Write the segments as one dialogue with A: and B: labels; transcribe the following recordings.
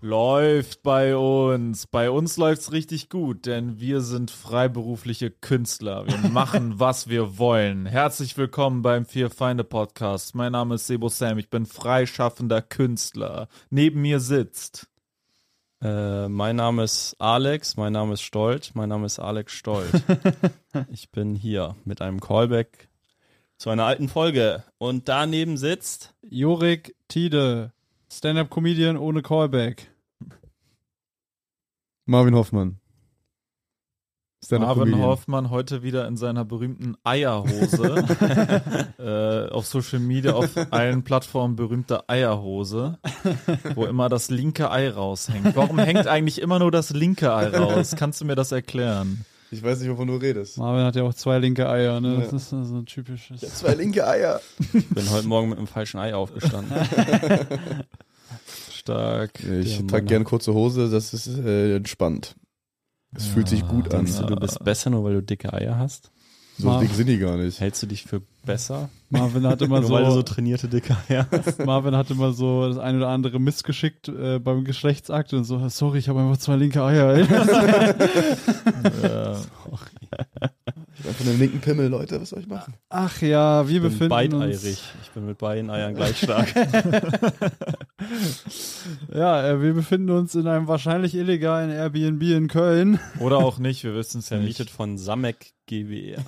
A: Läuft bei uns. Bei uns läuft's richtig gut, denn wir sind freiberufliche Künstler. Wir machen, was wir wollen. Herzlich willkommen beim Vier Feinde Podcast. Mein Name ist Sebo Sam. Ich bin freischaffender Künstler. Neben mir sitzt.
B: Äh, mein Name ist Alex, mein Name ist Stolt, mein Name ist Alex Stolt. ich bin hier mit einem Callback zu einer alten Folge. Und daneben sitzt
C: Jurik Tide, Stand-Up-Comedian ohne Callback.
D: Marvin Hoffmann.
A: Marvin Hoffmann heute wieder in seiner berühmten Eierhose. äh, auf Social Media, auf allen Plattformen berühmte Eierhose, wo immer das linke Ei raushängt. Warum hängt eigentlich immer nur das linke Ei raus? Kannst du mir das erklären?
D: Ich weiß nicht, wovon du redest.
C: Marvin hat ja auch zwei linke Eier, ne? Das ist so ein typisches.
D: Zwei linke Eier.
B: Ich bin heute Morgen mit dem falschen Ei aufgestanden.
A: Stark.
D: Ich
B: Der
D: trage
B: Mann.
D: gern kurze Hose, das ist äh, entspannt. Es fühlt sich gut an.
B: Denkst du, du bist besser, nur weil du dicke Eier hast?
D: So dick sind die gar nicht.
B: Hältst du dich für besser?
C: Marvin hat immer
B: nur weil du so
C: so,
B: trainierte dicke Eier hast?
C: Marvin hat immer so das ein oder andere missgeschickt äh, beim Geschlechtsakt und so, sorry, ich habe einfach zwei linke Eier. Ey.
D: Einfach einen linken Pimmel, Leute, was soll ich machen?
C: Ach ja, wir
B: Ich bin
C: befinden
B: beideierig.
C: uns.
B: Ich bin mit beiden Eiern gleich stark.
C: Ja, äh, wir befinden uns in einem wahrscheinlich illegalen Airbnb in Köln.
A: Oder auch nicht, wir wissen es ja nicht.
B: Vermietet von Samek E. GWR.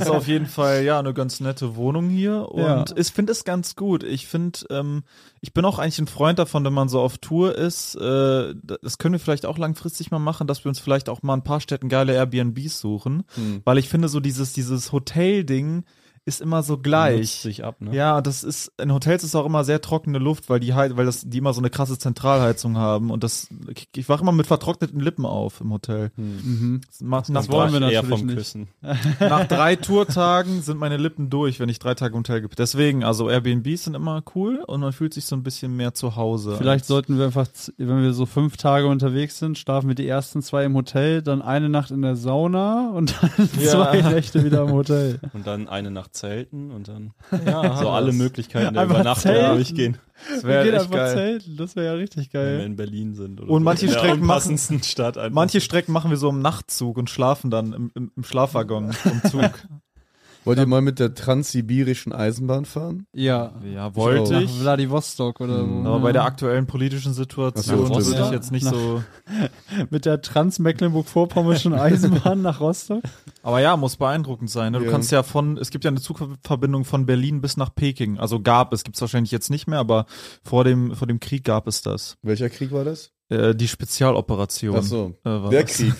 A: ist auf jeden Fall ja eine ganz nette Wohnung hier und
C: Ja.
A: ich finde es ganz gut. Ich finde, ähm, ich bin auch eigentlich ein Freund davon, wenn man so auf Tour ist. Äh, das können wir vielleicht auch langfristig mal machen, dass wir uns vielleicht auch mal ein paar Städten geile Airbnbs suchen,
B: Hm.
A: weil ich finde so dieses dieses Hotel-Ding ist immer so
B: Nutzt
A: gleich.
B: sich ab, ne?
A: Ja, das ist in Hotels ist auch immer sehr trockene Luft, weil die halt, weil das die immer so eine krasse Zentralheizung haben und das ich, ich wache immer mit vertrockneten Lippen auf im Hotel. Das macht nach,
B: Hm. Das wollen wir
C: wir
B: eher
C: natürlich
B: vom
C: nicht.
B: Küssen.
A: nach drei Tourtagen sind meine Lippen durch, wenn ich drei Tage im Hotel gebe. Deswegen, also Airbnbs sind immer cool und man fühlt sich so ein bisschen mehr zu Hause.
C: Vielleicht
A: als-
C: sollten wir einfach, z- wenn wir so fünf Tage unterwegs sind, schlafen wir die ersten zwei im Hotel, dann eine Nacht in der Sauna und dann
A: Ja.
C: zwei Nächte wieder im Hotel.
B: Und dann eine Nacht zelten und dann
A: ja,
B: so alle Möglichkeiten der
C: Einfach
B: Übernachtung
C: zelten.
B: durchgehen,
A: Das
C: Wir
A: wär
C: gehen
A: echt
C: einfach zelten, das wäre ja richtig
B: wenn wir
C: geil.
B: in Berlin sind. Oder
A: Und
B: so.
A: manche
B: in der
A: Strecken machen-
B: unpassendsten Stadt einfach.
A: Manche Strecken machen wir so im Nachtzug und schlafen dann im, im, im Schlafwaggon vom Zug.
D: Wollt ihr mal mit der transsibirischen Eisenbahn fahren?
C: Ja, Mhm.
A: ja,
D: wollte
A: wollte
C: nach
A: ich.
C: Vladivostok oder so.
A: Aber bei der aktuellen politischen Situation
D: Ach so,
A: würde
C: stimmt.
A: ich jetzt nicht so.
C: Mit der Trans-Mecklenburg-Vorpommerschen Eisenbahn nach Rostock.
A: Aber ja, muss beeindruckend sein. Ne? Du
D: Ja.
A: kannst ja von, es gibt ja eine Zugverbindung von Berlin bis nach Peking. Also gab es, gibt es wahrscheinlich jetzt nicht mehr, aber vor dem, vor dem Krieg gab es das.
D: Welcher Krieg war das?
A: Äh, die Spezialoperation.
D: Ach so.
A: Äh, war
D: Der
A: das.
D: Krieg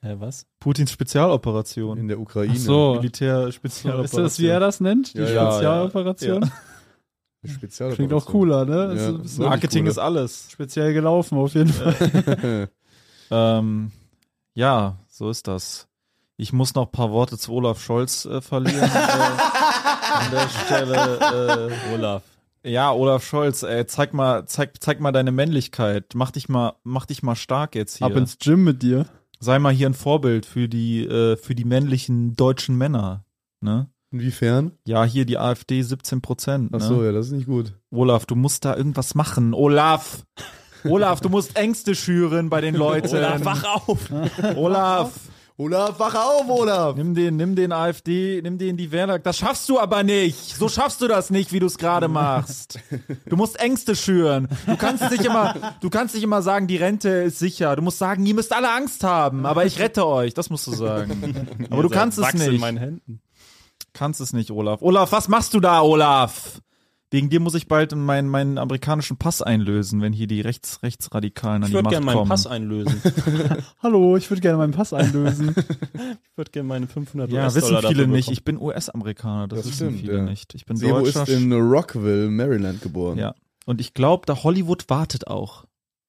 B: Hä, was?
A: Putins Spezialoperation. Oh.
D: in der Ukraine.
C: Ach so.
A: Militär-Spezialoperation.
C: Ist das, wie er das nennt? Die
D: Ja, ja,
C: Spezialoperation? Klingt auch cooler, ne?
D: Ja,
C: Ist ein bisschen
D: so.
A: Marketing
D: Coole.
A: ist alles.
C: speziell gelaufen auf
A: Äh,
C: jeden Fall.
A: Ähm, ja, so ist das. Ich muss noch ein paar Worte zu Olaf Scholz äh, verlieren. äh, an der Stelle.
B: Olaf.
A: Äh, ja, Olaf Scholz, ey, zeig mal, zeig, zeig mal deine Männlichkeit. Mach dich mal, mach dich mal stark jetzt hier.
C: Ab ins Gym mit dir.
A: Sei mal hier ein Vorbild für die, äh, für die männlichen deutschen Männer. Ne?
D: Inwiefern?
A: Ja, hier die AfD 17 Prozent.
D: Ach
A: ne?
D: so, ja, das ist nicht gut.
A: Olaf, du musst da irgendwas machen. Olaf! Olaf, du musst Ängste schüren bei den Leuten.
B: Olaf, wach auf!
A: Olaf,
D: Olaf, wach auf, Olaf!
A: nimm den, nimm den AfD, nimm den die Wehrlag. Das schaffst du aber nicht. So schaffst du das nicht, wie du es gerade machst. Du musst Ängste schüren. Du kannst nicht immer, du kannst nicht immer sagen, die Rente ist sicher. Du musst sagen, ihr müsst alle Angst haben, aber ich rette euch. Das musst du sagen. Aber du
B: Ihr seid
A: kannst es
B: Wachs in
A: nicht.
B: meinen Händen.
A: Kannst es nicht, Olaf. Olaf, was machst du da, Olaf? Wegen dir muss ich bald meinen, meinen amerikanischen Pass einlösen, wenn hier die Rechts, Rechtsradikalen an
B: Ich
A: die
B: würde
A: Macht
B: gerne meinen
A: kommen.
B: Pass einlösen.
C: Hallo, ich würde gerne meinen Pass einlösen.
B: Ich würde gerne meine 500
A: ja,
B: US-Dollar
A: wissen
B: dafür
A: viele nicht.
B: bekommen.
A: Ich bin US-Amerikaner, das,
D: Das
A: wissen
D: stimmt,
A: viele
D: ja.
A: nicht. Ich bin
D: Sebo ist
A: Deutscher.
D: in Rockville, Maryland geboren.
A: ja. Und ich glaube, da Hollywood wartet auch.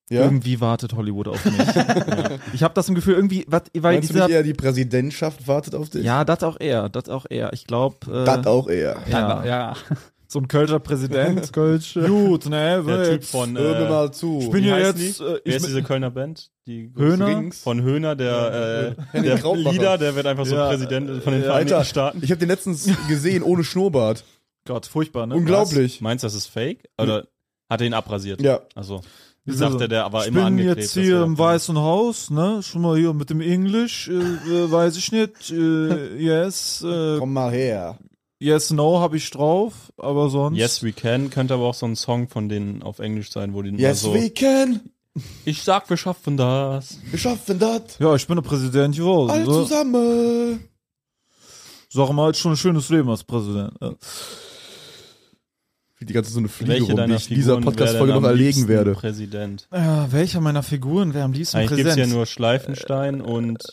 D: ja?
A: Irgendwie wartet Hollywood auf mich. ja. Ich habe das im Gefühl, irgendwie, wat, weil
D: Meinst du
A: dieser,
D: nicht eher, die Präsidentschaft wartet auf dich?
A: ja, das auch er, das auch er. Ich glaube, äh,
D: Das auch eher.
A: ja.
C: ja.
A: so ein Kölscher Präsident.
C: Kölsch.
A: Gut, ne,
B: Der Typ von
D: Hör mir
B: äh,
D: mal zu.
A: ich bin ja
B: heißt
A: jetzt,
B: die?
A: äh,
B: Wer
A: ich
B: ist
A: bin-
B: diese Kölner Band? Die
A: Höhner?
B: Rings? Von Höhner, der, äh,
D: Henning
B: der
D: Krautmacher.
B: Leader, der wird einfach so
A: Ja,
B: Präsident von den
A: äh,
B: Vereinigten
D: Alter,
B: Staaten.
D: ich habe den letztens gesehen ohne Schnurrbart.
A: Gott, furchtbar, ne?
D: Unglaublich.
B: Meinst du, das ist fake?
A: Hm.
B: Oder hat er ihn abrasiert?
D: Ja.
B: Also, ich
A: Wieso?
B: dachte, der war
A: ich
B: immer
A: bin
B: angeklebt.
A: jetzt
B: dass
A: hier
B: er-
A: im Weißen Haus, ne? Schon mal hier mit dem Englisch, äh, äh, weiß ich nicht. Äh, yes, äh,
D: Komm mal her.
A: yes, no habe ich drauf, aber sonst.
B: Yes, we can. Könnte aber auch so ein Song von denen auf Englisch sein,
A: also-
B: wo die immer
D: Yes,
B: so.
D: we can.
B: Ich sag, wir schaffen das.
D: Wir schaffen das.
A: Ja, ich bin der Präsident geworden.
D: Alle
A: Also so.
D: zusammen.
A: Sag mal, jetzt schon ein schönes Leben als Präsident. Ja.
D: Wie die ganze so eine Fliege
B: Welche
D: rum, die
B: deiner
D: ich dieser
B: Figuren wäre
D: Podcast-Folge
B: denn
D: noch
B: am liebsten
D: erlegen werde.
B: Präsident.
A: Ja, welcher meiner Figuren wäre am liebsten
B: Eigentlich gibt's
A: Präsident?
B: ja nur Schleifenstein und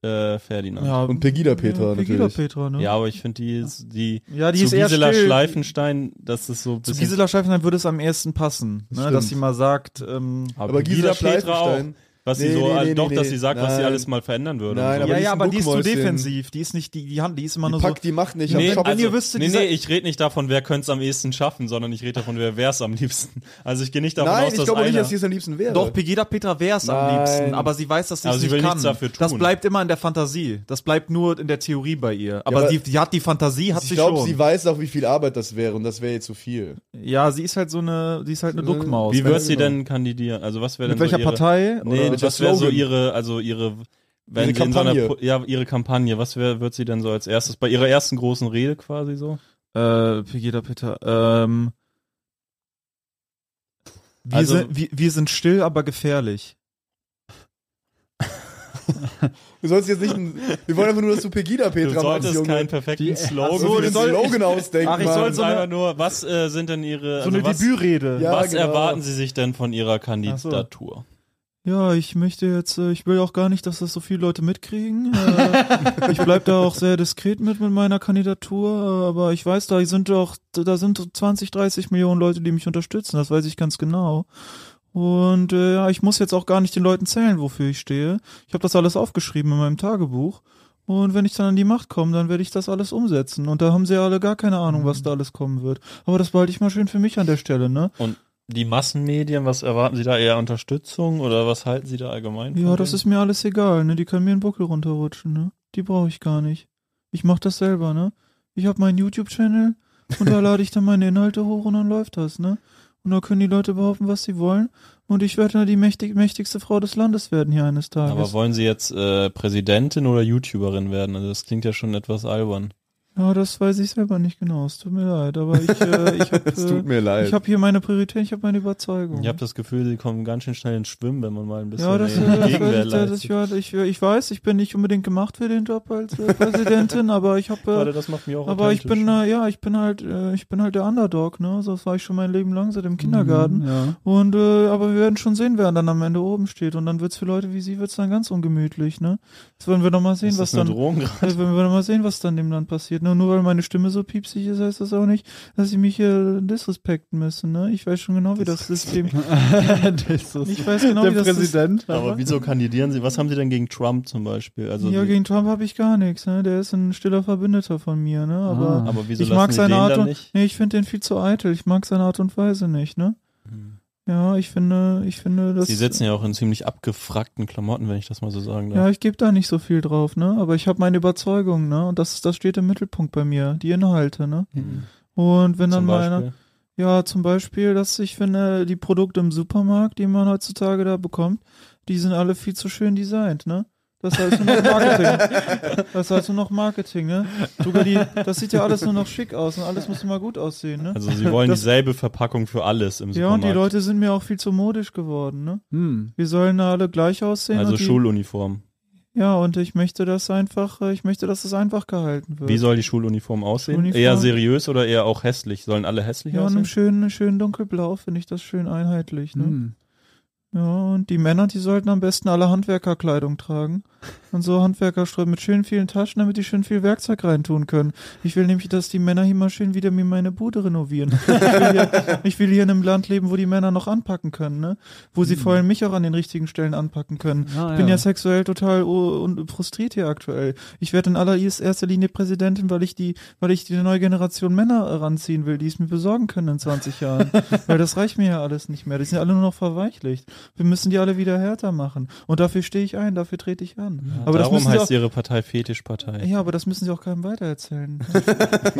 B: äh, Ferdinand. Ja.
A: Ja,
D: Und Pegida Petra
A: ja, Pegida
D: natürlich.
A: Petra, ne?
B: aber ich finde die, ist- die,
A: Ja, die
B: zu
A: ist eher
B: Gisela
A: still.
B: Schleifenstein, das ist so ein
A: Zu
B: bisschen.
A: Gisela Schleifenstein würde es am ehesten passen,
D: Das
A: ne?
D: stimmt.
A: dass sie mal sagt, ähm,
D: Aber Gisela Schleifenstein.
B: was
D: Nee,
B: sie so,
D: nee, nee,
B: doch,
D: nee,
B: dass
D: nee.
B: sie sagt, was sie
D: Nein.
B: alles mal verändern würde.
D: Nein,
B: und so.
D: aber
A: ja,
D: die
A: ja,
D: ist ein
A: aber die ist zu
D: Duckmäuschen.
A: defensiv, die ist nicht, die, die, Hand, die ist immer
D: Die
A: nur so.
D: packt die Macht nicht.
A: Nee,
D: hab Shop-
A: also- ihr wüsstet,
B: nee,
A: dieser-
B: nee, ich rede nicht davon, wer könnte es am ehesten schaffen, sondern ich rede davon, wer wäre es am liebsten. Also ich gehe nicht davon
D: Nein,
B: aus,
D: ich
B: dass
D: glaube
B: einer...
D: nicht, dass sie es am liebsten wäre.
A: Doch, Pegida Petra wäre es am
D: Nein.
A: liebsten, aber sie weiß, dass sie
B: Aber
A: es
B: sie
A: nicht
B: will
A: kann.
B: nichts dafür tun.
A: Das bleibt immer in der Fantasie. Das bleibt nur in der Theorie bei ihr. Aber,
D: aber
A: sie, die hat die Fantasie, hat
D: ich
A: sie
D: glaube,
A: schon.
D: sie weiß auch, wie viel Arbeit das wäre und das wäre jetzt zu viel.
A: ja, sie ist halt so eine, die ist halt eine
D: So eine-
A: Duckmaus.
B: Wie wird sie
D: Genau.
B: denn kandidieren? Also was wäre denn
A: Mit welcher
B: so ihre,
A: Partei?
B: Nee,
D: Oder-
B: was
D: Welcher
B: wäre so
D: Slogan?
B: ihre, also ihre, wenn
D: Ihre
B: sie in so einer
D: Kampagne.
B: Pro- ja, ihre Kampagne, was wär, wird sie denn so als erstes, bei ihrer ersten großen Rede quasi so?
A: Äh, Pegida Peter, ähm. Wir,
B: Also-
A: sind, wir, wir sind still, aber gefährlich.
D: Du sollst jetzt nicht. Ein, wir wollen einfach nur, dass du Pegida Petra
B: du
D: machst,
B: solltest
D: Junge.
B: keinen perfekten
C: Die-
B: Slogan.
D: so,
A: du
D: den
A: soll-
D: Slogan ausdenken.
A: Ach, ich soll
D: Mann.
A: so
B: so
A: eine-
B: einfach nur, was äh, sind denn ihre,
A: so eine
C: also
B: was,
A: Debütrede.
D: Ja,
B: was
D: genau.
B: erwarten sie sich denn von ihrer Kandidatur?
A: Ja, ich möchte jetzt, äh, ich will auch gar nicht, dass das so viele Leute mitkriegen. Äh, ich bleib da auch sehr diskret mit mit meiner Kandidatur, äh, aber ich weiß, da sind doch, da sind so 20, 30 Millionen Leute, die mich unterstützen, das weiß ich ganz genau. Und äh, ja, ich muss jetzt auch gar nicht den Leuten zählen, wofür ich stehe. Ich habe das alles aufgeschrieben in meinem Tagebuch. Und wenn ich dann an die Macht komme, dann werde ich das alles umsetzen. Und da haben sie ja alle gar keine Ahnung, was da alles kommen wird. Aber das behalte ich mal schön für mich an der Stelle, ne?
B: Und die Massenmedien, was erwarten sie da eher Unterstützung oder was halten sie da allgemein? von
A: Ja, das
B: denen?
A: ist mir alles egal, ne? Die können mir einen Buckel runterrutschen, ne? Die brauche ich gar nicht. Ich mach das selber, ne? Ich hab meinen YouTube-Channel und da lade ich dann meine Inhalte hoch und dann läuft das, ne? Und da können die Leute behaupten, was sie wollen. Und ich werde dann die mächtig mächtigste Frau des Landes werden hier eines
B: Aber
A: Tages.
B: wollen sie jetzt äh, Präsidentin oder YouTuberin werden? Also das klingt ja schon etwas albern.
A: ja, das weiß ich selber nicht genau. Es tut mir leid, aber ich, äh, ich hab,
D: Es tut
A: äh,
D: mir leid.
A: ich hab hier meine Priorität, ich hab meine Überzeugung.
B: Ich habe das Gefühl, sie kommen ganz schön schnell ins Schwimmen, wenn man mal ein bisschen
A: Mhm. Ja, das, äh,
B: eine
A: das,
B: Gegenwehr
A: werd ich, das,
B: leistet.
A: ich, werd- ich, ich weiß, ich bin nicht unbedingt gemacht für den Job als äh, Präsidentin, aber ich habe äh,
B: Warte, das macht mich auch
A: Aber ich
B: authentisch.
A: bin, äh, ja, ich bin halt, äh, ich bin halt der Underdog, ne? So, Das war ich schon mein Leben lang seit dem Kindergarten.
C: Ja.
A: Und, äh, aber wir werden schon sehen, wer dann am Ende oben steht. Und dann wird's für Leute wie sie, wird's dann ganz ungemütlich, ne? Jetzt wollen wir doch mal sehen,
B: Ist
A: was
B: das eine
A: dann, äh,
B: Drohung
A: wollen wir doch mal sehen, was dann dem Land passiert, ne? Nur weil meine Stimme so piepsig ist, heißt das auch nicht, dass sie mich hier disrespekten müssen, ne? Ich weiß schon genau, wie das System,
C: das ist
A: ich weiß genau,
C: der
A: wie das System,
C: Präsident.
B: Aber wieso kandidieren sie? Was haben sie denn gegen Trump zum Beispiel? Also
A: ja,
B: die-
A: gegen Trump habe ich gar nichts, ne? Der ist ein stiller Verbündeter von mir, ne? Aber,
C: Ah.
B: aber wieso
A: ich
B: lassen
A: mag
B: sie
A: seine
B: den
A: Art
B: dann
A: und
B: nicht?
A: nee, ich finde den viel zu eitel. Ich mag seine Art und Weise nicht, ne?
C: Hm.
A: Ja, ich finde, ich finde das.
B: Sie sitzen ja auch in ziemlich abgefrackten Klamotten, wenn ich das mal so sagen darf.
A: ja, ich gebe da nicht so viel drauf, ne? Aber ich habe meine Überzeugung, ne? Und das, das steht im Mittelpunkt bei mir, die Inhalte, ne?
C: Hm.
B: Mhm.
A: Und wenn dann
B: Zum
A: mal
B: Beispiel.
A: einer, ja, zum Beispiel, dass ich finde, die Produkte im Supermarkt, die man heutzutage da bekommt, die sind alle viel zu schön designt, ne? Das heißt nur noch Marketing. Das heißt nur noch Marketing, ne? Sogar die, das sieht ja alles nur noch schick aus und alles muss immer gut aussehen, ne?
B: Also sie wollen dieselbe Verpackung für alles im
A: Ja, und
B: Supermarkt.
A: die Leute sind mir auch viel zu modisch geworden, ne?
C: Hm.
A: Wir sollen da alle gleich aussehen.
B: also
A: und die,
B: Schuluniform.
E: Ja, und ich möchte das einfach, äh, ich möchte, dass es einfach gehalten wird.
B: Wie soll die Schuluniform aussehen?
E: Uniform.
B: Eher seriös oder eher auch hässlich? Sollen alle hässlich
E: ja, ne, in einem
B: aussehen?
E: schönen, schönen Dunkelblau finde ich das schön einheitlich. Ne?
C: Hm.
E: Ja, und die Männer, die sollten am besten alle Handwerkerkleidung tragen. Und so Handwerkerströme mit schön vielen Taschen, damit die schön viel Werkzeug reintun können. Ich will nämlich, dass die Männer hier mal schön wieder mir meine Bude renovieren. Ich will hier, ich will hier in einem Land leben, wo die Männer noch anpacken können, ne? Wo sie vor allem mich auch an den richtigen Stellen anpacken können.
C: Ah,
E: ich bin
C: ja.
E: ja, sexuell total oh, und frustriert hier aktuell. Ich werde in allererster Linie Präsidentin, weil ich die, weil ich die neue Generation Männer ranziehen will, die es mir besorgen können in 20 Jahren. weil das reicht mir ja alles nicht mehr. Die sind alle nur noch verweichlicht. Wir müssen die alle wieder härter machen. Und dafür stehe ich ein, dafür trete ich an. aber das
B: Darum
E: müssen sie
B: heißt
E: auch,
B: ihre Partei Fetischpartei.
E: ja, aber das müssen sie auch keinem weitererzählen. also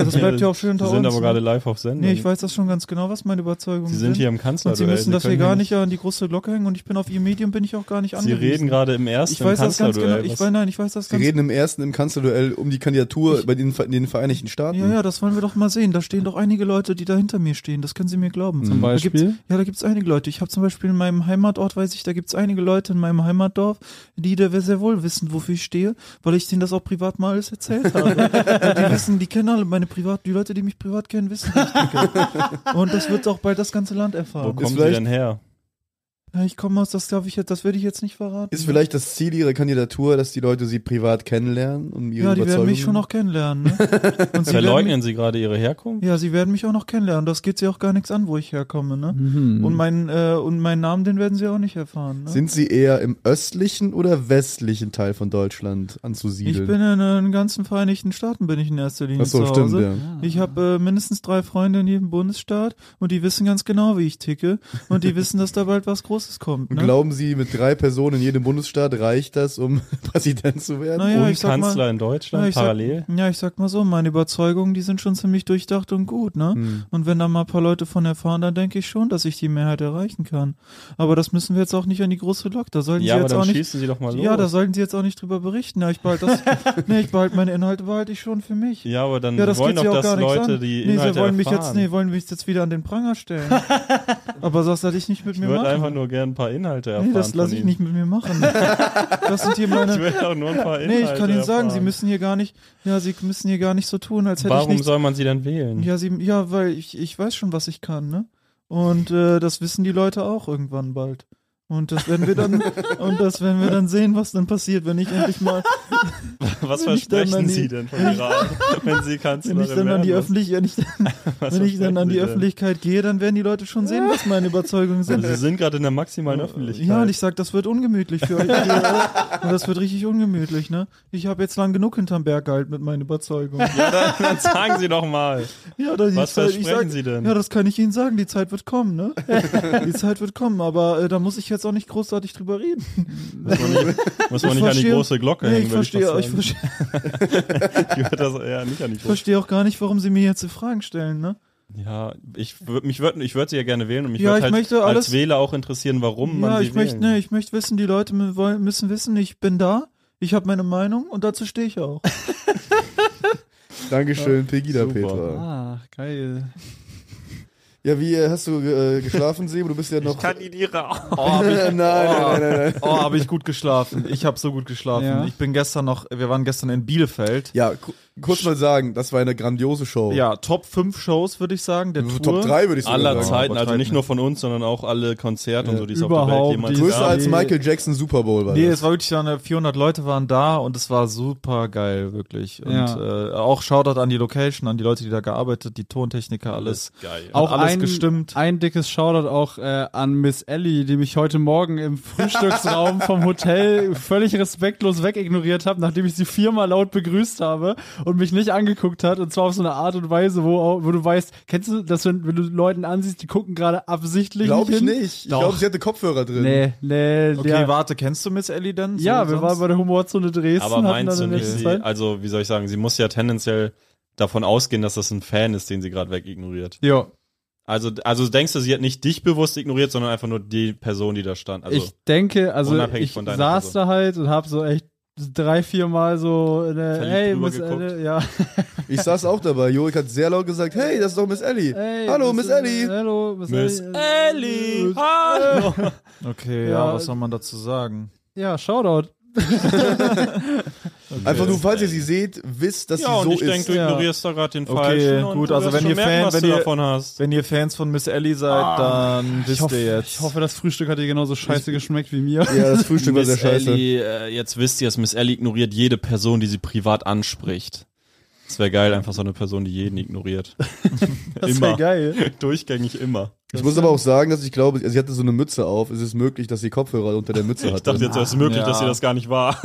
E: das bleibt ja auch schön unter
B: Sie sind
E: uns.
B: aber
E: ne?
B: gerade live auf Sendung.
E: Nee, ich weiß das schon ganz genau, was meine Überzeugungen
B: Sie sind hier im
E: Und
B: Kanzlerduell.
E: sie müssen das hier
B: können
E: gar
B: hier
E: nicht an die große Glocke hängen und ich bin auf ihr Medium, bin ich auch gar nicht
B: Sie
E: angewiesen.
B: reden gerade im ersten
E: Ich weiß das ganz genau.
B: Kanzlerduell.
E: Ich
B: Was-
E: weiß, nein, ich weiß das
D: Sie
E: ganz genau.
D: reden im ersten im Kanzlerduell um die Kandidatur
E: Ich-
D: bei den, Ver- in den Vereinigten Staaten.
E: Ja, ja, das wollen wir doch mal sehen. Da stehen doch einige Leute, die da hinter mir stehen. Das können Sie mir glauben.
D: Mhm.
C: Zum
E: Da
C: Beispiel?
E: gibt's- ja, da gibt's einige Leute. Ich habe zum Beispiel in meinem Heimatort, weiß ich, da gibt's einige Leute in meinem Heimatdorf, die da sehr wohl wissen, wofür ich stehe, weil ich denen das auch privat mal alles erzählt habe. Und die wissen, die kennen alle meine Privat, die Leute, die mich privat kennen, wissen, wie ich denke. Und das wird auch bald das ganze Land
B: Wo
E: erfahren.
B: kommen Sie
D: vielleicht-
B: denn her?
E: Ja, ich komme aus, das darf ich jetzt, das würde ich jetzt nicht verraten.
D: Ist vielleicht das Ziel ihrer Kandidatur, dass die Leute sie privat kennenlernen und ihre
E: ja, die werden mich
D: Überzeugungen-
E: schon auch kennenlernen. Ne? Und sie werden mich-
B: Verleugnen Sie gerade Ihre Herkunft?
E: Ja, sie werden mich auch noch kennenlernen. Das geht sie auch gar nichts an, wo ich herkomme, ne?
C: Mhm.
E: Und meinen äh, und meinen Namen, den werden sie auch nicht erfahren. Ne?
D: Sind sie eher im östlichen oder westlichen Teil von Deutschland
E: ich
D: anzusiedeln?
E: bin in äh, den ganzen Vereinigten Staaten bin ich in erster Linie
D: Achso,
E: zu
D: stimmt,
E: Hause.
D: ja.
E: Ich habe äh, mindestens drei Freunde in jedem Bundesstaat und die wissen ganz genau, wie ich ticke und die wissen, dass da bald was Großes kommt.
D: Und
E: Ne?
D: glauben Sie, mit drei Personen in jedem Bundesstaat reicht das, um Präsident zu werden?
E: Naja,
B: und
E: ich sag
B: Kanzler
E: mal,
B: in Deutschland
E: ja, ich
B: parallel?
E: Sag, ja, ich sag mal so, meine Überzeugungen, die sind schon ziemlich durchdacht und gut, ne? Und wenn da mal ein paar Leute von erfahren, dann denke ich schon, dass ich die Mehrheit erreichen kann. Aber das müssen wir jetzt auch nicht an die große Lok. Da sollten
B: ja,
E: sie
B: aber
E: jetzt
B: dann
E: auch nicht
B: schießen Sie doch mal los.
E: Ja, da sollten sie jetzt auch nicht drüber berichten. Ja, ich behalte das, nee, ich behalte meine Inhalte behalte ich schon für mich.
B: ja aber dann
E: Ja, das
B: wollen
E: geht ja
B: doch,
E: auch
B: dass
E: gar nichts
B: Leute
E: an.
B: die
E: nee,
B: Inhalte
E: sie wollen mich jetzt,
B: erfahren.
E: nee, wollen mich jetzt wieder an den Pranger stellen. Aber das lasse ich nicht mit
B: ich
E: mir
B: würde
E: machen.
B: einfach nur gerne ein paar Inhalte erfahren
E: nee, das
B: von
E: lasse ich
B: Ihnen.
E: nicht mit mir machen. Das sind hier meine.
B: Ich will doch nur ein paar Inhalte
E: nee, ich kann Ihnen sagen,
B: erfahren.
E: Sie müssen hier gar nicht, ja, Sie müssen hier gar nicht so tun, als hätte ich
B: Warum
E: nichts.
B: soll man Sie dann wählen?
E: Ja, Sie, ja, weil ich, ich weiß schon, was ich kann, ne? Und äh, das wissen die Leute auch irgendwann bald. Und das werden wir dann, und das werden wir dann sehen, was dann passiert, wenn ich endlich mal
B: Was
E: Wenn ich dann
B: versprechen
E: an die-
B: Sie denn von Iran, wenn Sie Kanzlerin
E: Wenn ich dann an die,
B: werden?
E: Öffentlich wenn ich dann,
B: Was
E: wenn ich dann
B: versprechen
E: an die
B: Sie denn?
E: Öffentlichkeit gehe, dann werden die Leute schon sehen, was meine Überzeugungen sind.
B: Also Sie sind gerade in der maximalen Öffentlichkeit.
E: Ja, und ich sag, das wird ungemütlich für euch. und das wird richtig ungemütlich, ne? Ich habe jetzt lang genug hinterm Berg gehalten mit meinen Überzeugungen.
B: ja, dann, dann sagen Sie doch mal.
E: Ja, da, die
B: Was
E: Zeit- ich
B: versprechen
E: sag,
B: Sie denn?
E: Ja, das kann ich Ihnen sagen, die Zeit wird kommen, ne? Die Zeit wird kommen, aber äh, da muss ich jetzt auch nicht großartig drüber reden.
B: Muss man nicht, muss man nicht an die
E: verstehe-
B: große Glocke
E: Nee,
B: hängen,
E: ich
B: würde ich
E: verstehe,
B: fast
E: ich
B: sagen.
E: verstehe.
B: Ich würde das eher nicht an die
E: Ich
B: große
E: verstehe auch gar nicht, warum Sie mir jetzt die Fragen stellen, ne?
B: Ja, ich würde mich würd, ich würd sie ja gerne wählen und mich
E: Ja,
B: würd
E: ich
B: halt
E: möchte
B: als
E: alles-
B: Wähler auch interessieren, warum man
E: ja,
B: sie
E: ich möchte,
B: wählen.
E: ne, ich möchte wissen, die Leute mü- wollen- müssen wissen, ich bin da, ich habe meine Meinung und dazu stehe ich auch.
D: Dankeschön, Pegida
B: Super.
D: Petra.
C: Ah, geil.
D: Ja, wie äh, hast du äh, geschlafen, Sebo? Du bist ja noch.
B: kandidiere auch.
E: Oh,
D: nein, nein, nein, nein, nein.
E: Oh, habe ich gut geschlafen. Ich habe so gut geschlafen.
C: Ja.
E: Ich bin gestern noch, wir waren gestern in Bielefeld.
D: Ja, ku- kurz mal sagen, das war eine grandiose Show. Also
E: Ja, Top 5 Shows, würde ich sagen, der Tour.
D: Top 3 würde ich sogar
B: Aller
D: sagen.
B: Zeiten, also
E: übertreibt
B: nicht nur von uns, sondern auch alle Konzerte und so, die es auf der
C: überhaupt
B: Welt jemals
C: die-
D: Größer
B: gab.
D: als Michael Jackson Super Bowl war
E: Nee,
D: das.
E: es war wirklich, dann, äh, 400 Leute waren da und es war super geil, wirklich. Und
C: Ja.
E: äh, auch Shoutout an die Location, an die Leute, die da gearbeitet, die Tontechniker, alles.
B: Geil.
E: Auch alles
C: ein,
E: gestimmt.
C: Ein dickes Shoutout auch äh, an Miss Ellie, die mich heute Morgen im Frühstücksraum vom Hotel völlig respektlos wegignoriert hat, nachdem ich sie viermal laut begrüßt habe und mich nicht angeguckt hat. Und zwar auf so eine Art und Weise, wo, auch- wo du weißt, kennst du das, wenn, wenn du Leuten ansiehst, die gucken gerade absichtlich
D: Glaube ich
C: hin?
D: nicht. Ich
C: Doch.
D: glaube, sie hatte Kopfhörer drin.
C: Nee, nee,
E: Okay,
C: ja.
E: warte, kennst du Miss Ellie denn? So
C: ja, wir
E: sonst?
C: waren bei der Humorzone Dresden.
B: Aber
C: hatten
B: meinst du
C: dann in
B: nicht,
C: letzter
B: sie,
C: Zeit-
B: also wie soll ich sagen, sie muss ja tendenziell davon ausgehen, dass das ein Fan ist, den sie gerade wegignoriert.
C: Ja,
B: Also, also denkst du, sie hat nicht dich bewusst ignoriert, sondern einfach nur die Person, die da stand. Also,
C: ich denke, also
B: unabhängig
C: ich
B: von deiner
C: saß
B: Person.
C: da halt und hab so echt drei, vier Mal so, äh, hey,
B: drüber
C: Miss
B: geguckt.
C: Ellie, ja.
D: Ich saß auch dabei. Jorik hat sehr laut gesagt, hey, das ist doch Miss Ellie.
C: Hey,
D: Hallo,
C: Miss
D: Miss Ellie.
C: Hallo, Miss,
B: Miss
C: Ellie. Äh,
B: hallo.
E: Okay,
C: Ja.
E: ja, was soll man dazu sagen?
C: Ja, Shoutout.
B: Also
D: Einfach nur, falls ihr sie seht, wisst, dass
B: Ja,
D: sie
B: und
D: so
B: ich denke,
D: ist.
B: du
C: Ja.
B: ignorierst da gerade den
A: Okay,
B: Falschen. und
A: gut,
B: du
A: also
B: wirst
A: wenn
B: schon
A: ihr
B: merken,
A: Fan-
B: was
A: wenn
B: du
A: ihr-
B: davon hast.
A: Wenn ihr Fans von Miss Ellie seid,
E: Ah,
A: dann wisst
C: Ich hoffe,
A: ihr jetzt.
C: ich hoffe, das Frühstück hat dir genauso scheiße geschmeckt wie mir.
D: ja, das Frühstück war sehr
B: Miss
D: scheiße.
B: Ellie, äh, jetzt wisst ihr es, Miss Ellie ignoriert jede Person, die sie privat anspricht. Das wäre geil, einfach so eine Person, die jeden ignoriert.
C: Das
B: immer.
C: wäre geil.
B: Durchgängig immer.
D: Ich muss aber auch sagen, dass ich glaube, sie hatte so eine Mütze auf. Es ist möglich, dass sie Kopfhörer unter der Mütze hatte.
B: Ich dachte, jetzt wäre es möglich,
A: Ja.
B: dass sie das gar nicht war.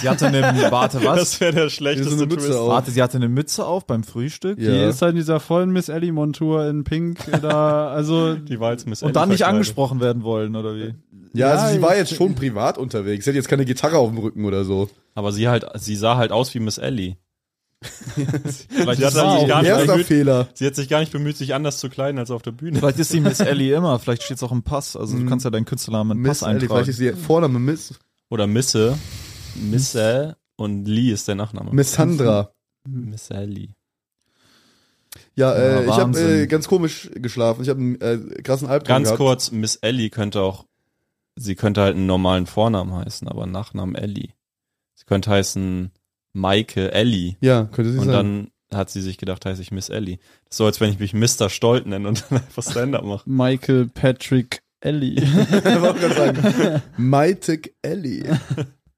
A: Sie hatte eine, warte, was?
B: Das wäre der
D: Hier
B: schlechteste
D: ist so eine
B: Twist.
D: Mütze auf.
A: Warte, sie hatte eine Mütze auf beim Frühstück?
D: Ja.
C: Die ist halt in dieser vollen Miss Ellie-Montur in Pink. äh, Da, also,
B: Die war jetzt Miss Ellie
A: Und dann nicht
B: verkleidet.
A: angesprochen werden wollen, oder wie?
D: Ja,
C: Ja,
D: also sie war
C: jetzt-
D: jetzt schon privat unterwegs. Sie hat jetzt keine Gitarre auf dem Rücken oder so.
B: Aber sie halt, sie sah halt aus wie Miss Ellie. Vielleicht
C: Das
B: hat sie
C: war
B: sich
C: auch
B: gar nicht
D: Erster
B: bemüht,
D: Fehler.
B: sie hat sich gar nicht bemüht, sich anders zu kleiden als auf der Bühne.
A: Vielleicht ist sie Miss Ellie immer, vielleicht steht es auch im Pass. Also du kannst ja deinen Künstlernamen in den
D: Miss
A: Pass
D: Ellie, vielleicht
A: eintragen.
D: ist ihr Vorname Miss,
B: Oder Misse. Misse und Lee ist der Nachname.
D: Miss Sandra.
B: Miss Ellie.
D: Ja,
A: Ja,
D: äh, ich habe
A: Wahnsinn.
D: äh, ganz komisch geschlafen. Ich habe einen äh, krassen Albtraum
B: Ganz
D: gehabt.
B: kurz, Miss Ellie könnte auch, sie könnte halt einen normalen Vornamen heißen, aber Nachnamen Ellie. Sie könnte heißen Maike Ellie.
D: Ja, könnte sie
B: Und
D: sein.
B: dann hat sie sich gedacht, heiße ich Miss Ellie. Das ist so, als wenn ich mich Mr. Stolt nenne und dann einfach Stand-up mache.
C: Michael Patrick Ellie.
D: Ich wollte gerade sagen, Maitek Ellie.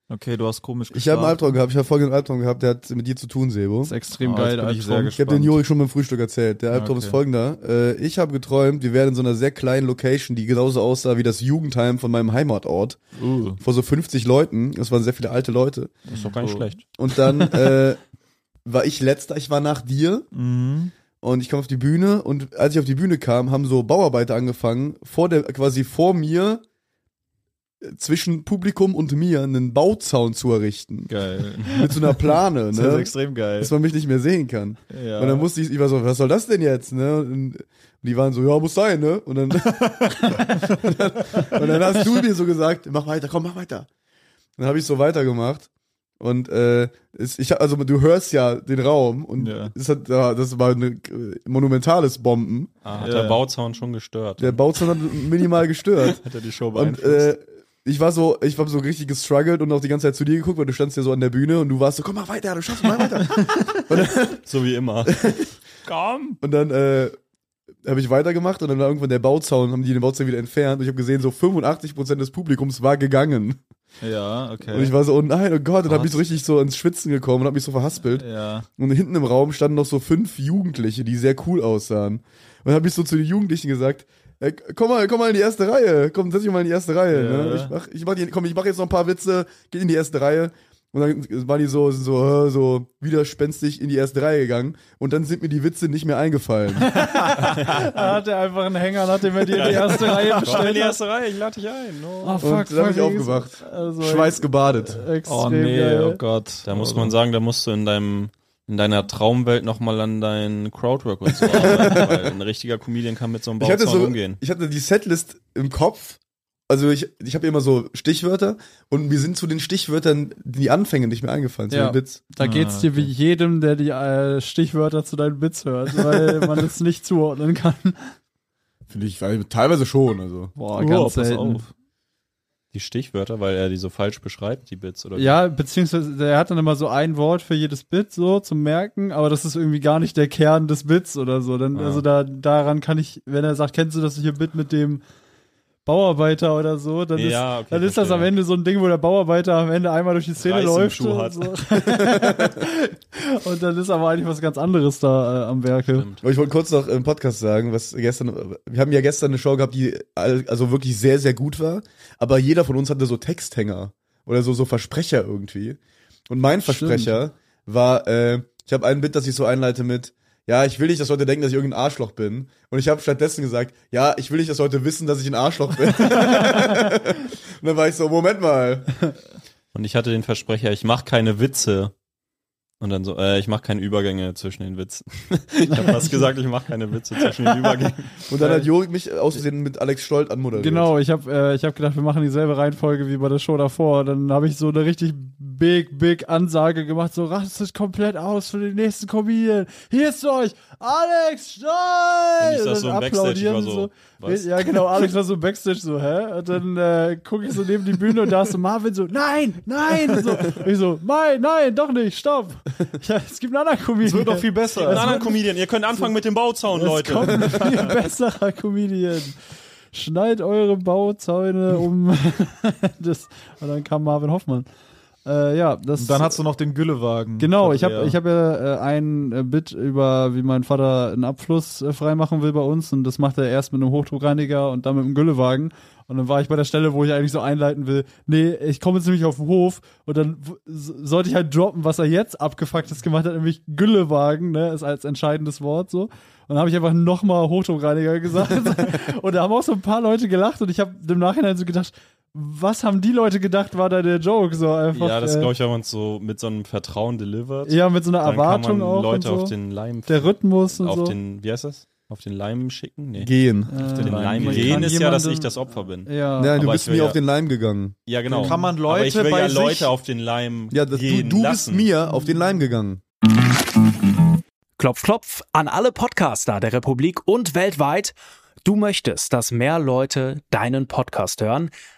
A: Okay, du hast komisch
D: Ich habe einen
A: geschlafen.
D: Albtraum gehabt. Ich habe folgenden Albtraum gehabt. Der hat mit dir zu tun, Sebo.
C: ist extrem
A: Oh, jetzt
C: geil,
A: bin ich
C: Albtraum.
A: sehr
D: Ich habe den
A: spannend.
D: Jurik schon beim Frühstück erzählt. Der Albtraum
A: okay.
D: ist folgender. Äh, ich habe geträumt, wir wären in so einer sehr kleinen Location, die genauso aussah wie das Jugendheim von meinem Heimatort.
A: Uh,
D: Vor so 50 Leuten. Es waren sehr viele alte Leute.
B: Ist doch gar nicht
A: Oh.
B: schlecht.
D: Und dann äh, war ich letzter, ich war nach dir.
A: mhm.
D: Und ich kam auf die Bühne und als ich auf die Bühne kam, haben so Bauarbeiter angefangen, vor der, quasi vor mir, äh, zwischen Publikum und mir, einen Bauzaun zu errichten.
A: Geil.
D: Mit so einer Plane,
A: Das ist
D: ne?
A: extrem geil.
D: Dass man mich nicht mehr sehen kann.
A: Ja.
D: Und dann musste ich, ich war so, was soll das denn jetzt, ne? Und die waren so, ja, muss sein, ne? Und dann, und dann, und dann hast du mir so gesagt, mach weiter, komm, mach weiter. Und dann habe ich so weitergemacht. Und äh, es, ich hab, also du hörst ja den Raum und
A: Ja.
D: es hat, ja, das war ein äh, monumentales Bomben.
B: Ah, hat
A: Ja.
B: der Bauzaun schon gestört.
D: Der Bauzaun hat minimal gestört.
B: hat er die Show
D: Und äh, ich war so, ich habe so richtig gestruggelt und auch die ganze Zeit zu dir geguckt, weil du standst ja so an der Bühne und du warst so, komm mal weiter, du schaffst mal weiter.
B: so wie immer. Komm!
D: und dann äh, habe ich weitergemacht und dann war irgendwann der Bauzaun, haben die den Bauzaun wieder entfernt und ich habe gesehen, so 85% des Publikums war gegangen.
A: ja, okay.
D: Und ich war so, oh nein, oh Gott, und habe
A: Was?
D: mich so richtig so ins Schwitzen gekommen und habe mich so verhaspelt.
A: ja.
D: Und hinten im Raum standen noch so fünf Jugendliche, die sehr cool aussahen. Und habe ich so zu den Jugendlichen gesagt, äh, komm mal, komm mal in die erste Reihe. Komm, setz dich mal in die erste Reihe.
A: Ja.
D: Ne? Ich mach, ich mach, die- komm, ich mach jetzt noch ein paar Witze, geht in die erste Reihe. Und dann waren die so, so, äh, so widerspenstig in die erste Reihe gegangen. Und dann sind mir die Witze nicht mehr eingefallen.
C: Da hat er einfach einen Hänger, nachdem er dir die erste Reihe
B: Komm in die
C: bestellt hat.
B: erste Reihe, ich lade dich ein. No.
C: Oh,
D: Und dann hab ich
C: voll mies.
D: aufgewacht.
C: Also,
D: Schweiß gebadet.
C: Extrem
A: Oh nee,
C: geil.
A: oh Gott.
B: Da muss man sagen, da musst du in deinem in deiner Traumwelt nochmal an dein Crowdwork und so arbeiten, weil ein richtiger Comedian kann mit so einem
D: Ich hatte,
B: Bauzaun
D: so,
B: umgehen.
D: ich hatte die Setlist im Kopf. Also ich, ich habe immer so Stichwörter und mir sind zu den Stichwörtern die Anfänge nicht mehr eingefallen. Zu
C: Ja.
D: den Witz.
C: Da geht's dir wie jedem, der die äh, Stichwörter zu deinen Bits hört, weil man es nicht zuordnen kann.
D: Finde ich weil- teilweise schon. Also.
C: Boah,
A: Oh,
C: ganz
A: pass
C: selten.
A: auf.
B: Die Stichwörter, weil er die so falsch beschreibt, die Bits oder wie?
C: Ja, beziehungsweise der hat dann immer so ein Wort für jedes Bit so zum Merken, aber das ist irgendwie gar nicht der Kern des Bits oder so. Dann,
B: Ah.
C: Also da, daran kann ich, wenn er sagt, kennst du das hier Bit mit dem Bauarbeiter oder so, dann ist,
B: Ja, okay,
C: dann ist das am
B: verstehe.
C: Ende so ein Ding, wo der Bauarbeiter am Ende einmal durch die Szene
B: Reiß im
C: läuft.
B: Schuh
C: und
B: hat.
C: So. und dann ist aber eigentlich was ganz anderes da äh, am Werke.
B: Stimmt.
D: Aber ich wollte kurz noch im Podcast sagen, was gestern, wir haben ja gestern eine Show gehabt, die all- also wirklich sehr, sehr gut war, aber jeder von uns hatte so Texthänger oder so, so Versprecher irgendwie. Und mein Versprecher war, äh, ich habe einen Bit, das ich so einleite mit, ja, ich will nicht, dass Leute denken, dass ich irgendein Arschloch bin. Und ich habe stattdessen gesagt, ja, ich will nicht, dass Leute wissen, dass ich ein Arschloch bin. Und dann war ich so, Moment mal.
B: Und ich hatte den Versprecher, ich mache keine Witze. Und dann so, äh, ich mache keine Übergänge zwischen den Witzen. ich habe fast gesagt, ich mache keine Witze zwischen den Übergängen.
D: Und dann hat Jorik mich aus Versehen mit Alex Stolt anmoderiert.
C: Genau, ich habe äh, ich hab gedacht, wir machen dieselbe Reihenfolge wie bei der Show davor. Dann habe ich so eine richtig big, big Ansage gemacht, so rastet komplett aus für den nächsten Comedian. Hier ist für euch Alex Stein!
B: ich saß so im Backstage, ich war so, was?
C: Ja, genau, Alex war so im Backstage so, hä? Und dann äh, gucke ich so neben die Bühne und da ist so Marvin so, nein, nein! Und so, Und ich so, nein, nein, doch nicht, stopp! Ja, es gibt einen anderen Comedian. Es
D: wird noch viel besser.
B: Ein anderen Comedian, ihr könnt anfangen mit dem Bauzaun, Leute.
C: Kommt ein viel besserer Comedian. Schneid eure Bauzäune um das. Und dann kam Marvin Hoffmann. Äh, ja, das.
A: Und dann hast du noch den Güllewagen.
C: Genau, ich
A: Ja.
C: habe ich hab ja äh, ein äh, Bit über, wie mein Vater einen Abfluss äh, freimachen will bei uns und das macht er erst mit einem Hochdruckreiniger und dann mit einem Güllewagen. Und dann war ich bei der Stelle, wo ich eigentlich so einleiten will, nee, ich komme jetzt nämlich auf den Hof und dann w- so- sollte ich halt droppen, was er jetzt abgefucktes gemacht hat, nämlich Güllewagen, ne, ist als entscheidendes Wort so. Und dann habe ich einfach nochmal Hochdruckreiniger gesagt. und da haben auch so ein paar Leute gelacht und ich habe im Nachhinein so gedacht, was haben die Leute gedacht, war da der Joke so einfach.
B: Ja, das
C: äh,
B: glaube ich, wenn man es so mit so einem Vertrauen delivert,
C: ja, mit so einer
B: dann kann
C: Erwartung
B: man
C: auch.
B: Leute
C: und so.
B: auf den Leim,
C: der Rhythmus und
B: auf
C: so.
B: den, wie heißt das? Auf den Leim schicken? Nee.
D: Gehen.
C: Äh,
B: auf den Leim
C: man
B: gehen
C: kann
B: ist ja, dass
C: jemandem-
B: ich das Opfer bin.
C: Ja.
D: Nein, du
B: Aber
D: bist
B: ich will
D: mir
B: ja-
D: auf den Leim gegangen.
B: Ja, genau.
A: Kann man
B: Aber ich
A: Leute
B: will
A: bei
B: ja
A: sich-
B: Leute auf den Leim
D: Ja, das, du,
B: gehen
D: du bist
B: lassen.
D: mir auf den Leim gegangen.
F: Klopf, klopf an alle Podcaster der Republik und weltweit. Du möchtest, dass mehr Leute deinen Podcast hören?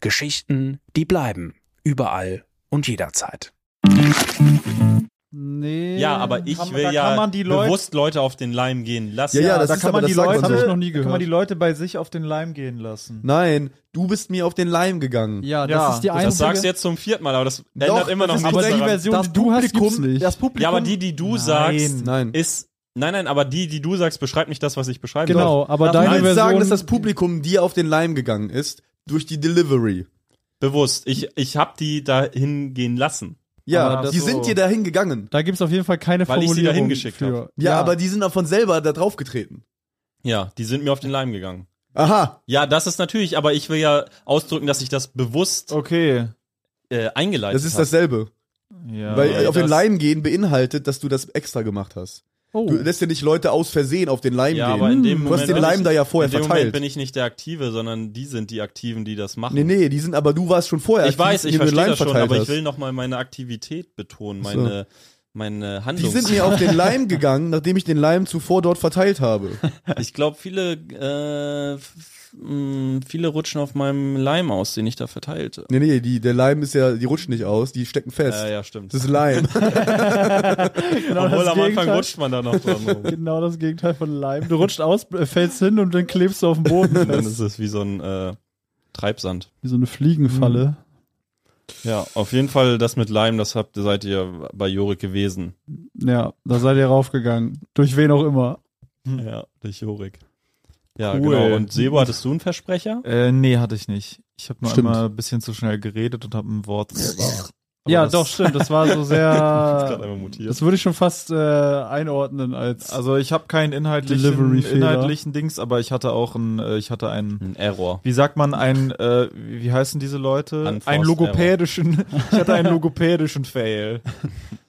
F: Geschichten, die bleiben. Überall und jederzeit.
C: Nee.
B: Ja, aber ich
A: Kann- da
B: will
A: kann
B: ja
A: man die Leute-
B: bewusst Leute auf den Leim gehen lassen.
D: Ja, ja, das
A: da
D: ist
A: kann
D: aber,
A: man
D: das
A: die
D: sagt man
A: Leute,
D: so.
C: hab ich noch nie
A: da kann man
C: gehört.
A: die Leute bei sich auf den Leim gehen lassen.
D: Nein, du bist mir auf den Leim gegangen.
C: Ja, das
A: Ja,
C: ist die
A: das
C: einzige.
B: Das sagst du jetzt zum vierten Mal, aber das ändert immer noch
D: das ist
B: nichts
C: aber die
D: daran.
C: Version,
D: Das
C: die du hast, gibt's
D: Publikum-
C: nicht.
A: Das Publikum.
B: Ja, aber die, die du
A: Nein.
B: sagst,
D: Nein.
B: ist. Nein, nein, aber die, die du sagst, beschreibt nicht das, was ich beschreiben darf.
C: genau, aber
A: Darf
C: deine
D: Nein,
C: Version.
D: sagen, dass das Publikum dir auf den Leim gegangen ist durch die Delivery.
B: Bewusst. Ich, ich hab die dahin gehen lassen.
D: Ja,
A: Aber das
D: die
A: so-
D: sind dir dahin gegangen.
C: da gibt's auf jeden Fall keine
B: Weil ich sie
C: Formulierung
B: dahin geschickt
C: für.
D: Ja, aber die sind auch von selber da draufgetreten.
B: Ja, die sind mir auf den Leim gegangen.
D: Aha.
B: Ja, das ist natürlich, aber ich will ja ausdrücken, dass ich das bewusst
A: Okay.
B: äh, eingeleitet
D: Das ist
B: hab.
D: dasselbe.
A: Ja.
D: Weil äh,
B: weil
D: auf den
B: das-
D: Leim gehen beinhaltet, dass du das extra gemacht hast.
C: Oh.
D: Du lässt ja nicht Leute aus Versehen auf den Leim
B: Ja,
D: gehen.
B: aber in dem
D: du hast
B: Moment
D: den
B: bin
D: Leim
B: ich-
D: da ja vorher
B: In dem Moment
D: verteilt.
B: bin ich nicht der Aktive, sondern die sind die Aktiven, die das machen.
D: nee, nee, die sind aber du warst schon vorher.
B: ich weiß,
D: aktiv,
B: ich
D: indem du den
B: verstehe
D: Leim
B: das schon,
D: verteilt
B: aber ich
D: hast.
B: will nochmal meine Aktivität betonen,
D: Ach so.
B: meine, meine
D: Die
B: Handlung.
D: sind mir auf den Leim gegangen, nachdem ich den Leim zuvor dort verteilt habe.
B: ich glaube, viele, äh, f- mh, viele rutschen auf meinem Leim aus, den ich da verteilte.
D: Nee, nee, die, der Leim ist ja, die rutschen nicht aus, die stecken fest.
B: Ja, ja, stimmt.
D: Das ist Leim.
C: genau
B: Obwohl
C: das
B: am Anfang
C: Gegenteil-
B: rutscht man da noch dran rum.
C: Genau das Gegenteil von Leim. Du rutscht aus, äh, fällst hin und dann klebst du auf dem Boden
B: Und dann
C: fest.
B: ist es wie so ein äh, Treibsand.
C: Wie so eine Fliegenfalle.
B: Ja, auf jeden Fall das mit Leim, das habt, seid ihr bei Jorik gewesen.
C: Ja, da seid ihr raufgegangen. Durch wen auch immer.
B: Ja, durch Jorik. Ja,
A: Cool.
B: genau. Und Sebo, hattest du einen Versprecher?
A: Äh, nee, hatte ich nicht. Ich habe nur
D: Stimmt.
A: einmal ein bisschen zu schnell geredet und habe ein Wort. Aber
C: ja,
A: das-
C: doch, stimmt. Das war so
B: Gerade
C: sehr.
B: einmal mutiert.
C: Das würde ich schon fast äh, einordnen als.
A: Also ich habe keinen inhaltlichen,
C: Delivery-Fehler.
A: inhaltlichen Dings, aber ich hatte auch ein, äh, ich hatte einen
B: Ein Error.
A: wie sagt man, ein, äh, wie wie heißen diese Leute?
B: Unforced
A: Ein logopädischen, ich hatte einen logopädischen Fail.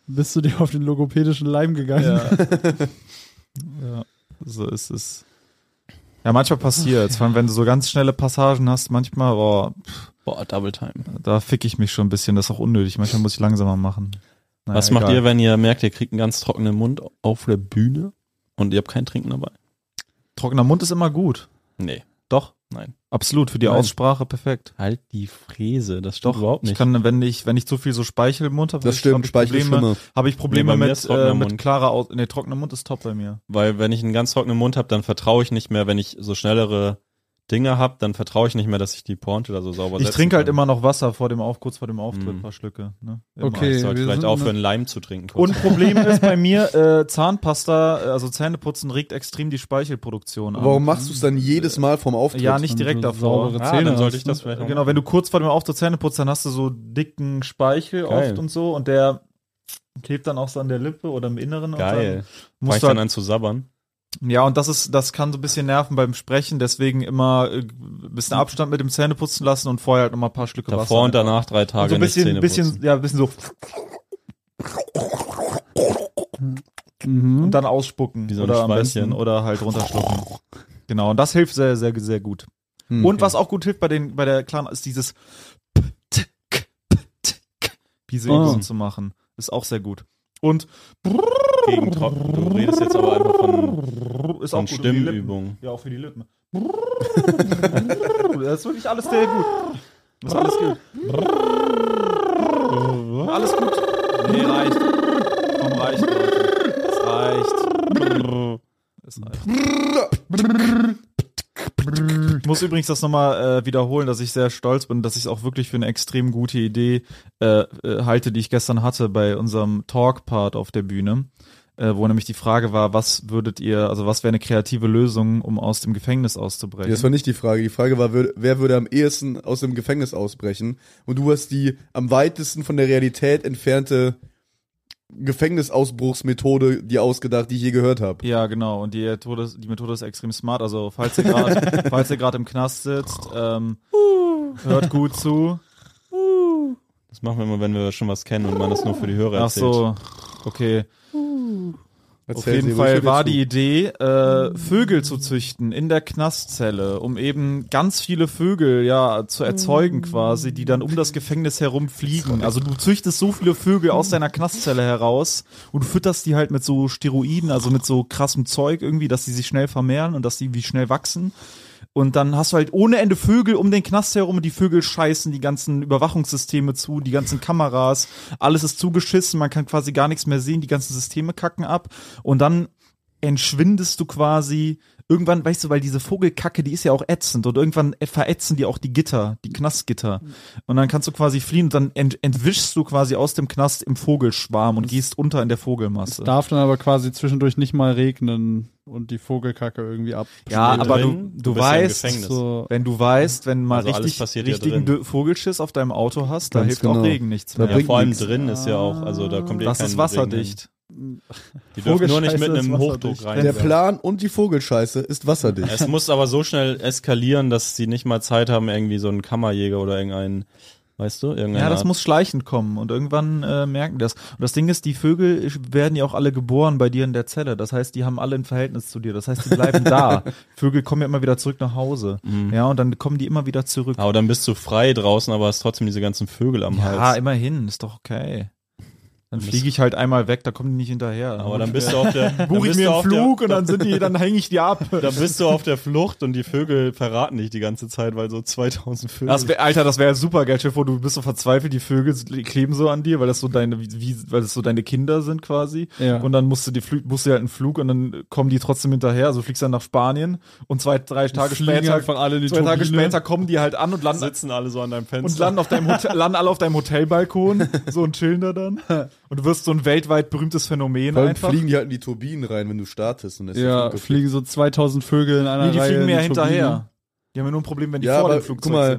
C: Bist du dir auf den logopädischen Leim gegangen?
A: Ja. ja, so ist es. Ja, manchmal passiert Vor allem, wenn du so ganz schnelle Passagen hast, manchmal, boah,
B: Boah, Double Time.
A: da fick ich mich schon ein bisschen, das ist auch unnötig. Manchmal muss ich langsamer machen. Naja,
B: Was macht ihr, wenn ihr merkt, ihr kriegt einen ganz trockenen Mund auf der Bühne und ihr habt kein Trinken dabei?
A: Trockener Mund ist immer gut.
B: Nee.
A: Doch.
B: Nein.
A: Absolut, für die
B: Nein.
A: Aussprache perfekt.
B: Halt die Fräse, das stimmt
A: Doch,
B: überhaupt
A: Ich
B: nicht.
A: kann, wenn ich, wenn ich zu viel so Speichel im Mund habe,
D: Das
A: hab
D: stimmt,
A: ich, hab ich
D: Speichel ist
A: Probleme,
D: schlimmer.
A: habe ich Probleme
B: Nee, bei mir
A: mit,
B: ist trockener
A: äh, mit
B: Mund.
A: klarer Aus, nee, trockener Mund ist top bei mir.
B: Weil wenn ich einen ganz trockenen Mund habe, dann vertraue ich nicht mehr, wenn ich so schnellere Dinge habe, dann vertraue ich nicht mehr, dass ich die Pointe da so sauber
A: Ich
B: setzen
A: trinke halt
B: kann.
A: immer noch Wasser vor dem Auf, kurz vor dem Auftritt,
B: Mhm.
A: ein paar Schlücke. Ne? Immer.
C: Okay,
B: Ich sollte
C: wir
B: vielleicht
C: sind-
B: aufhören, Leim zu trinken. kurz.
A: ne? Und Problem ist bei mir, äh, Zahnpasta, äh, also Zähneputzen regt extrem die Speichelproduktion an.
D: Warum machst du es dann
B: Ähm,
D: jedes Mal vorm Auftritt?
A: Ja, nicht
C: Wenn
A: direkt
C: du
A: davor.
C: saubere
B: Ah,
C: Zähne
B: dann
C: hast,
B: sollte ich das
C: ne?
B: vielleicht noch
A: Genau, wenn du kurz vor dem Auftritt Zähne putzt, dann hast du so dicken Speichel
B: Geil.
A: oft und so und der klebt dann auch so an der Lippe oder im Inneren.
B: Geil.
A: Und dann
B: Fange ich
A: musst du
B: dann
A: halt,
B: an zu sabbern?
A: ja, und das ist, das kann so ein bisschen nerven beim Sprechen, deswegen immer äh, ein bisschen Abstand mit dem Zähneputzen lassen und vorher halt nochmal ein paar Schlücke
B: Davor und
A: Wasser.
B: danach drei Tage
A: so ein
B: nicht
A: bisschen,
B: Zähne
A: bisschen,
B: putzen.
A: ja, ein bisschen so
C: Mhm.
B: Mhm.
A: und dann ausspucken
B: Wie so ein
A: oder am
B: Schweinchen.
A: besten oder halt runterschlucken. Genau, und das hilft sehr, sehr, sehr gut.
D: Hm.
A: Und was auch gut hilft bei den bei der Clan ist dieses diese
C: Oh.
A: Übung zu machen. Ist auch sehr gut. Und
B: Gegen Tro- du redest jetzt aber einfach von,
A: ist auch
B: von
A: gut für die Lippen.
B: Stimmübungen.
A: Ja, auch für die Lippen. Das ist wirklich alles sehr gut. Das ist alles gut. Alles gut.
B: Nee, reicht. Komm, reicht, Leute. Es reicht.
A: Es reicht. Ich muss übrigens das nochmal äh, wiederholen, dass ich sehr stolz bin, dass ich es auch wirklich für eine extrem gute Idee äh, äh, halte, die ich gestern hatte bei unserem Talk-Part auf der Bühne, äh, wo nämlich die Frage war, was würdet ihr, also was wäre eine kreative Lösung, um aus dem Gefängnis auszubrechen?
D: Das war nicht die Frage. Die Frage war, wür- wer würde am ehesten aus dem Gefängnis ausbrechen? Und du hast die am weitesten von der Realität entfernte Gefängnisausbruchsmethode dir ausgedacht, die ich je gehört habe.
A: Ja, genau. Und die, Methode ist- die Methode ist extrem smart. Also, falls ihr gerade falls ihr gerade im Knast sitzt, ähm, hört gut zu.
B: Das machen wir immer, wenn wir schon was kennen und man das nur für die Hörer
A: Ach
B: erzählt.
A: so, okay. Auf
D: Erzähl
A: jeden
D: sie, ich höre
A: Fall
D: dir
A: war
D: zu.
A: die Idee, äh, Vögel zu züchten in der Knastzelle, um eben ganz viele Vögel ja zu erzeugen quasi, die dann um das Gefängnis herum fliegen. Also du züchtest so viele Vögel aus deiner Knastzelle heraus und fütterst die halt mit so Steroiden, also mit so krassem Zeug irgendwie, dass die sich schnell vermehren und dass die wie schnell wachsen. Und dann hast du halt ohne Ende Vögel um den Knast herum und die Vögel scheißen die ganzen Überwachungssysteme zu, die ganzen Kameras, alles ist zugeschissen, man kann quasi gar nichts mehr sehen, die ganzen Systeme kacken ab. Und dann entschwindest du quasi irgendwann, weißt du, weil diese Vogelkacke, die ist ja auch ätzend und irgendwann äh, verätzen die auch die Gitter, die Knastgitter. Und dann kannst du quasi fliehen und dann ent entwischst du quasi aus dem Knast im Vogelschwarm und gehst unter in der Vogelmasse.
C: Darf dann aber quasi zwischendurch nicht mal regnen und die Vogelkacke irgendwie ab.
A: Ja,
B: Drin,
A: Ah, aber du,
B: du
A: du
B: bist ja im
A: weißt,
B: Gefängnis.
C: So,
A: wenn du weißt, wenn mal
B: Also alles
A: richtig,
B: passiert ja
A: richtigen
B: drin.
A: Dö- Vogelschiss auf deinem Auto hast, da
D: Ganz
A: hilft
D: genau.
A: auch Regen nichts
D: Da
A: mehr.
B: Ja,
D: bringt
B: vor allem
D: nix.
B: drin ist ja auch, also da kommt ja
A: das
B: kein
A: ist
B: Regen hin.
A: wasserdicht.
B: Die dürfen nur nicht
C: Vogelscheiße
B: mit
C: ist
B: einem Hochdruck
C: wasserdicht.
B: rein.
D: Der Plan und die Vogelscheiße ist wasserdicht.
B: Es muss aber so schnell eskalieren, dass sie nicht mal Zeit haben, irgendwie so einen Kammerjäger oder irgendeinen, weißt du, irgendeinen.
A: Ja, das muss schleichend kommen und irgendwann äh, merken die das. Und das Ding ist, die Vögel werden ja auch alle geboren bei dir in der Zelle. Das heißt, die haben alle ein Verhältnis zu dir. Das heißt, die bleiben da. Vögel kommen ja immer wieder zurück nach Hause. Ja, und dann kommen die immer wieder zurück.
B: Aber dann bist du frei draußen, aber hast trotzdem diese ganzen Vögel am
A: Ja,
B: Hals.
A: Ah, immerhin, ist doch okay. Dann
B: bist-
A: fliege ich halt einmal weg, da kommen die nicht hinterher.
B: Aber dann bist du auf der, dann
A: buche ich
B: bist
A: mir
B: du
A: einen
B: auf der-
A: Flug und dann sind die, dann hänge ich die ab.
B: dann bist du auf der Flucht und die Vögel verraten dich die ganze Zeit, weil so 2000 Vögel.
A: Das wär, Alter, das wäre super geil. Stell dir vor, du bist so verzweifelt, die Vögel kleben so an dir, weil das so deine, wie, wie- weil das so deine Kinder sind quasi.
C: Ja.
A: Und dann musst du, die, flü- musst du halt einen Flug und dann kommen die trotzdem hinterher. Also fliegst dann nach Spanien und zwei, drei Tage
C: fliegen
A: später, halt
C: einfach alle in die
A: zwei Tage
C: Turbine.
A: später kommen die halt an und landen,
B: sitzen alle so an deinem Fenster.
A: und landen, auf deinem Hotel, landen alle auf deinem Hotelbalkon so und chillen da dann. Und du wirst so ein weltweit berühmtes Phänomen
D: Vor allem
A: einfach.
D: fliegen die halt in die Turbinen rein, wenn du startest. Und das ist
C: ja,
D: verrückt.
C: fliegen so 2000 Vögel in einer
A: nee, die
C: Reihe.
A: fliegen
C: in
A: mir ja
C: die Turbine.
A: hinterher. Die haben ja nur ein Problem, wenn die
D: Ja,
A: vor dem
D: aber
A: Flugzeug
D: guck mal,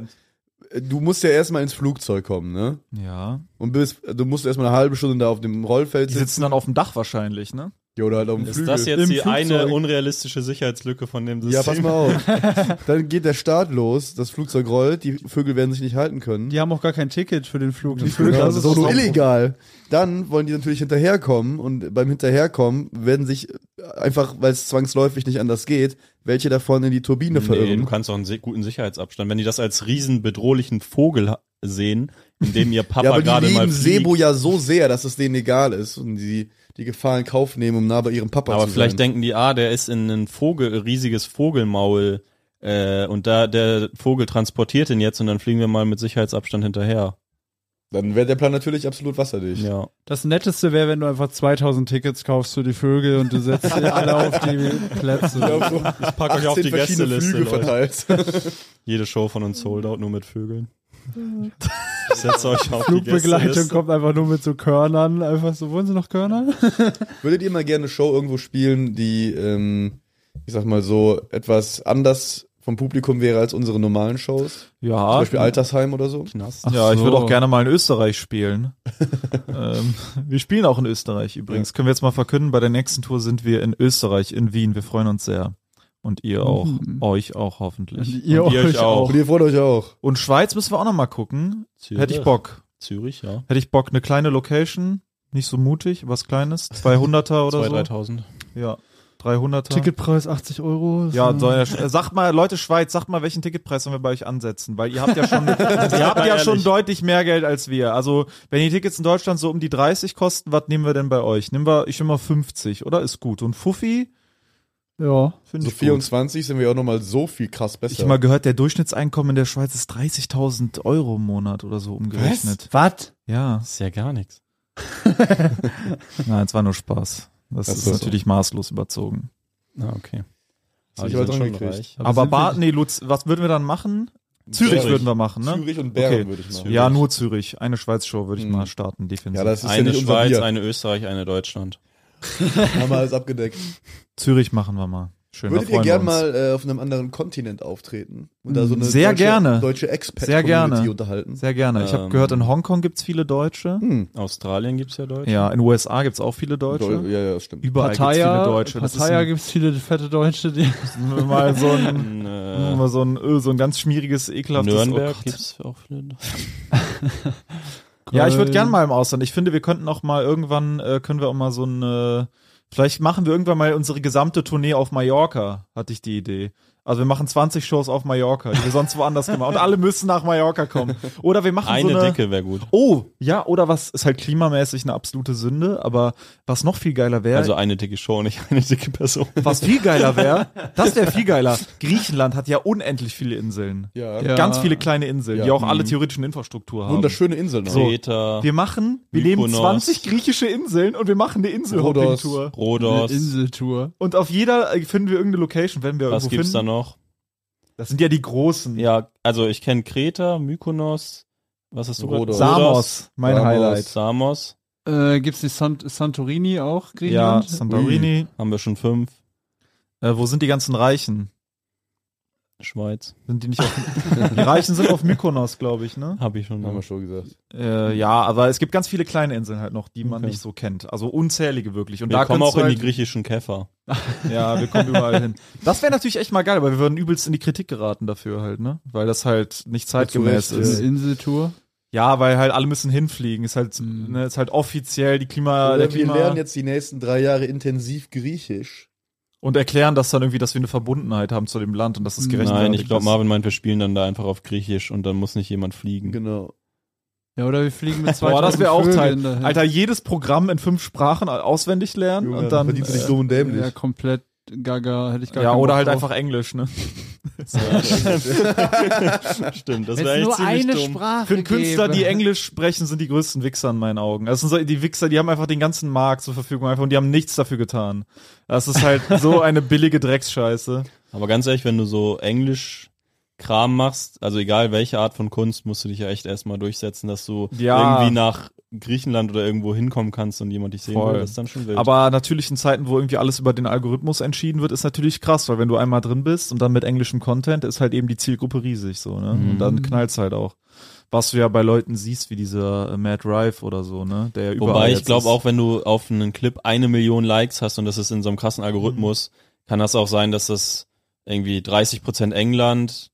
A: sind.
D: Äh, Du musst ja erstmal ins Flugzeug kommen, ne?
A: Ja.
D: Und bist, du musst erstmal eine halbe Stunde da auf dem Rollfeld
A: Die
D: sitzen.
A: sitzen dann auf dem Dach wahrscheinlich, ne?
D: Ja, oder halt auf dem
B: ist
D: Flügel.
B: das
C: Im
B: jetzt die
C: Flugzeug.
B: eine unrealistische Sicherheitslücke von dem System?
D: ja, pass mal auf. Dann geht der Start los, das Flugzeug rollt, die Vögel werden sich nicht halten können.
C: Die haben auch gar kein Ticket für den Flug. Die
D: Genau, das ist auch so
C: auch-
D: illegal. Dann wollen die natürlich hinterherkommen und beim Hinterherkommen werden sich äh, einfach, weil es zwangsläufig nicht anders geht, welche davon in die Turbine
B: Nee,
D: verirren.
B: du kannst auch einen si- guten Sicherheitsabstand. Wenn die das als riesen bedrohlichen Vogel ha- sehen, in dem ihr Papa
D: ja, aber die
B: gerade mal
D: lieben
B: fliegt,
D: Sebo ja so sehr, dass es denen egal ist und die die Gefahr in Kauf nehmen, um nah bei ihrem Papa
B: aber
D: zu
B: vielleicht
D: sein.
B: denken die, ah, der ist in ein Vogel, riesiges Vogelmaul äh, und da der Vogel transportiert ihn jetzt und dann fliegen wir mal mit Sicherheitsabstand hinterher.
D: Dann wäre der Plan natürlich absolut wasserdicht.
B: Ja.
C: Das Netteste wäre, wenn du einfach 2000 Tickets kaufst für die Vögel und du setzt sie alle auf die Plätze.
D: Ich glaub, so
B: Pack euch auf
D: 18
B: die
D: verschiedene
B: Gästeliste,
D: Flüge
B: Leute.
D: verteilt.
B: Jede Show von uns sold out, nur mit Vögeln. Setzt euch auf die
C: Flugbegleitung
B: Gästeliste.
C: kommt einfach nur mit so Körnern. Einfach so, wollen sie noch Körner?
D: Würdet ihr mal gerne eine Show irgendwo spielen, die, ähm, ich sag mal so, etwas anders vom Publikum wäre als unsere normalen Shows?
A: Ja,
D: Zum Beispiel Altersheim oder so?
B: Knast.
C: Ach
A: ja, ich
C: so.
A: würde auch gerne mal in Österreich spielen. ähm, wir spielen auch in Österreich übrigens. Können wir jetzt mal verkünden, bei der nächsten Tour sind wir in Österreich, in Wien. Wir freuen uns sehr. Und ihr auch,
C: Mhm.
A: euch auch hoffentlich.
C: Und ihr euch auch.
D: Und ihr freut euch auch.
A: Und Schweiz müssen wir auch noch mal gucken.
B: Zürich.
A: Hätte ich Bock.
B: Zürich, ja.
A: Hätte ich Bock, eine kleine Location, nicht so mutig, was Kleines, 200er oder
B: 2000,
A: so.
B: 3000.
A: Ja, 300er.
C: Ticketpreis 80 Euro.
A: Ja, soll ja, sch- äh, sagt mal, Leute Schweiz, sagt mal, welchen Ticketpreis sollen wir bei euch ansetzen? Weil ihr habt ja schon, ihr habt ja
B: ehrlich.
A: schon deutlich mehr Geld als wir. Also, wenn die Tickets in Deutschland so um die 30 kosten, was nehmen wir denn bei euch? Nehmen wir, ich nehme mal 50, oder? Ist gut. Und Fuffi,
C: ja.
A: finde
D: So
A: ich gut.
D: 24 sind wir auch nochmal so viel krass besser.
A: Ich hab mal gehört, der Durchschnittseinkommen in der Schweiz ist 30.000 Euro im Monat oder so umgerechnet.
C: Was?
A: Ja,
B: Das ist ja gar nichts.
A: nein, es war nur Spaß. Das
D: Ach
A: ist
D: so.
A: natürlich maßlos überzogen.
B: Ah, okay.
D: Hab ich
B: die
D: aber
B: sind
D: dran
B: schon
D: gekriegt.
B: reich.
A: Aber,
C: sind wir-
A: Baden, nee, Lutz, was würden wir dann machen? Zürich, würden wir machen, ne?
D: Zürich und Bern
A: Okay.
D: würde ich machen.
B: Zürich.
A: Ja, nur Zürich. Eine Schweiz-Show würde ich
D: Mhm.
A: mal starten, definitiv.
D: Ja, das ist
B: Eine
D: ja nicht
B: Schweiz,
D: unser
B: eine Österreich, eine Deutschland.
D: Bier. Haben wir alles abgedeckt.
A: Zürich machen wir mal. Schön,
D: Würdet
A: da
D: ihr
A: freuen
D: gern
A: wir uns. Mhm.
D: mal äh, auf einem anderen Kontinent auftreten? Und da so eine
A: Sehr
D: deutsche,
A: gerne.
D: deutsche Expat
A: Sehr gerne.
D: Community unterhalten?
A: Sehr gerne. Ich habe
B: Ähm.
A: gehört, in Hongkong gibt's viele Deutsche.
D: hm.
B: Australien gibt's ja Deutsch.
A: Ja, in USA gibt's auch viele Deutsche.
D: Deu- Ja, ja, stimmt.
A: Überall gibt's viele Deutsche. Das
C: Pattaya
A: ist
C: gibt es viele fette Deutsche, die.
A: ein, mal so ein,
B: In,
E: Mhm.
B: äh,
A: mal so ein, öh, so ein ganz schmieriges, ekelhaftes
B: Nürnberg
A: oh Gott.
B: gibt's auch viele.
A: Ja, ich würde gern
C: mal.
A: mal im Ausland. Ich finde, wir könnten auch mal irgendwann, äh, können wir auch mal so ein, äh, vielleicht machen wir irgendwann mal unsere gesamte Tournee auf Mallorca, hatte ich die Idee. Also wir machen 20 Shows auf Mallorca, die wir sonst woanders gemacht Und alle müssen nach Mallorca kommen. Oder wir machen
B: Eine
A: so eine,
B: Decke wäre gut.
A: Oh, ja, oder was ist halt klimamäßig eine absolute Sünde, aber was noch viel geiler wäre,
B: Also eine dicke Show, nicht eine dicke Person.
A: was viel geiler wäre, das wäre viel geiler. Griechenland hat ja unendlich viele Inseln.
D: Ja.
C: Ja.
A: Ganz viele kleine Inseln,
D: Ja.
A: die auch alle theoretischen Infrastruktur haben.
D: Wunderschöne Insel noch.
A: So.
B: Kreta,
A: Wir machen, wir nehmen
B: Mykonos.
A: 20 griechische Inseln und wir machen eine Inselhopping-Tour.
B: Rhodos.
C: Eine Inseltour.
A: Und auf jeder äh, finden wir irgendeine Location, wenn wir
B: Was
A: irgendwo
B: gibt's
A: finden.
B: da noch?
A: Das sind ja die großen.
B: Ja, also ich kenne Kreta, Mykonos. Was hast du gerade?
D: Rhodos.
A: Samos, mein
D: Samos.
A: Highlight.
B: Samos.
C: Äh, Gibt es die Sant Santorini auch,
A: Ja,
C: Griechenland?
A: Santorini.
B: Haben wir schon fünf.
A: Äh, wo sind die ganzen Reichen?
B: Schweiz.
A: Sind die nicht auf, die Reichen sind auf Mykonos, glaube ich, ne?
B: Habe ich schon.
D: Haben wir schon gesagt.
A: Äh, ja, aber es gibt ganz viele kleine Inseln halt noch, die man
B: Okay.
A: nicht so kennt. Also unzählige wirklich. Und
B: wir
A: da
B: kommen
A: könntest
B: auch
A: du
B: in die
A: halt,
B: griechischen Käfer.
A: Ja, wir kommen überall hin. Das wäre natürlich echt mal geil, aber wir würden übelst in die Kritik geraten dafür halt, ne? Weil das halt nicht zeitgemäß
D: Zu Recht,
A: ist.
C: Eine Inseltour.
A: Ja, weil halt alle müssen hinfliegen. Ist halt,
C: Mhm.
A: ne, ist halt offiziell die Klima, der
D: Oder wir
A: Klima
D: lernen jetzt die nächsten drei Jahre intensiv Griechisch.
A: und erklären das dann irgendwie, dass wir eine Verbundenheit haben zu dem Land und dass das gerecht
B: Mhm. Nein, ich glaube, Marvin meint, wir spielen dann da einfach auf Griechisch und dann muss nicht jemand
A: Mhm.
B: fliegen.
D: Genau.
C: Ja, oder wir fliegen mit zwei
A: Boah, das wäre auch Teil.
C: Dahin.
A: Alter, jedes Programm in fünf Sprachen auswendig lernen
D: Junge,
A: und dann. äh,
D: verdienst du dich dumm und dämlich.
C: Ja, komplett gaga. Hätte ich gar
A: ja,
C: keinen
A: oder
C: Bock
A: halt
C: drauf.
A: einfach Englisch, ne?
B: Stimmt,
C: Wenn's
B: das wäre echt
C: nur
B: ziemlich
C: eine
B: dumm.
C: Sprache
A: Für einen Künstler, die
C: gäbe.
A: Englisch sprechen, sind die größten Wichser in meinen Augen. Das sind so, die Wichser, die haben einfach den ganzen Markt zur Verfügung einfach und die haben nichts dafür getan. Das ist halt so eine billige Drecksscheiße.
B: Aber ganz ehrlich, wenn du so Englisch Kram machst, also egal welche Art von Kunst, musst du dich ja echt erstmal durchsetzen, dass du
A: Ja.
B: irgendwie nach Griechenland oder irgendwo hinkommen kannst und jemand dich sehen
A: Voll.
B: will, das ist dann schon wild.
A: Aber natürlich in Zeiten, wo irgendwie alles über den Algorithmus entschieden wird, ist natürlich krass, weil wenn du einmal drin bist und dann mit englischem Content, ist halt eben die Zielgruppe riesig so, ne? Und dann knallt's halt auch. Was du ja bei Leuten siehst, wie dieser äh, Matt Rife oder so, ne? Der ja überall
B: Wobei ich
A: jetzt
B: glaube
A: ist.
B: auch, wenn du auf einen Clip eine Million Likes hast und das ist in so einem
A: Mhm.
B: krassen Algorithmus, kann das auch sein, dass das irgendwie 30% England,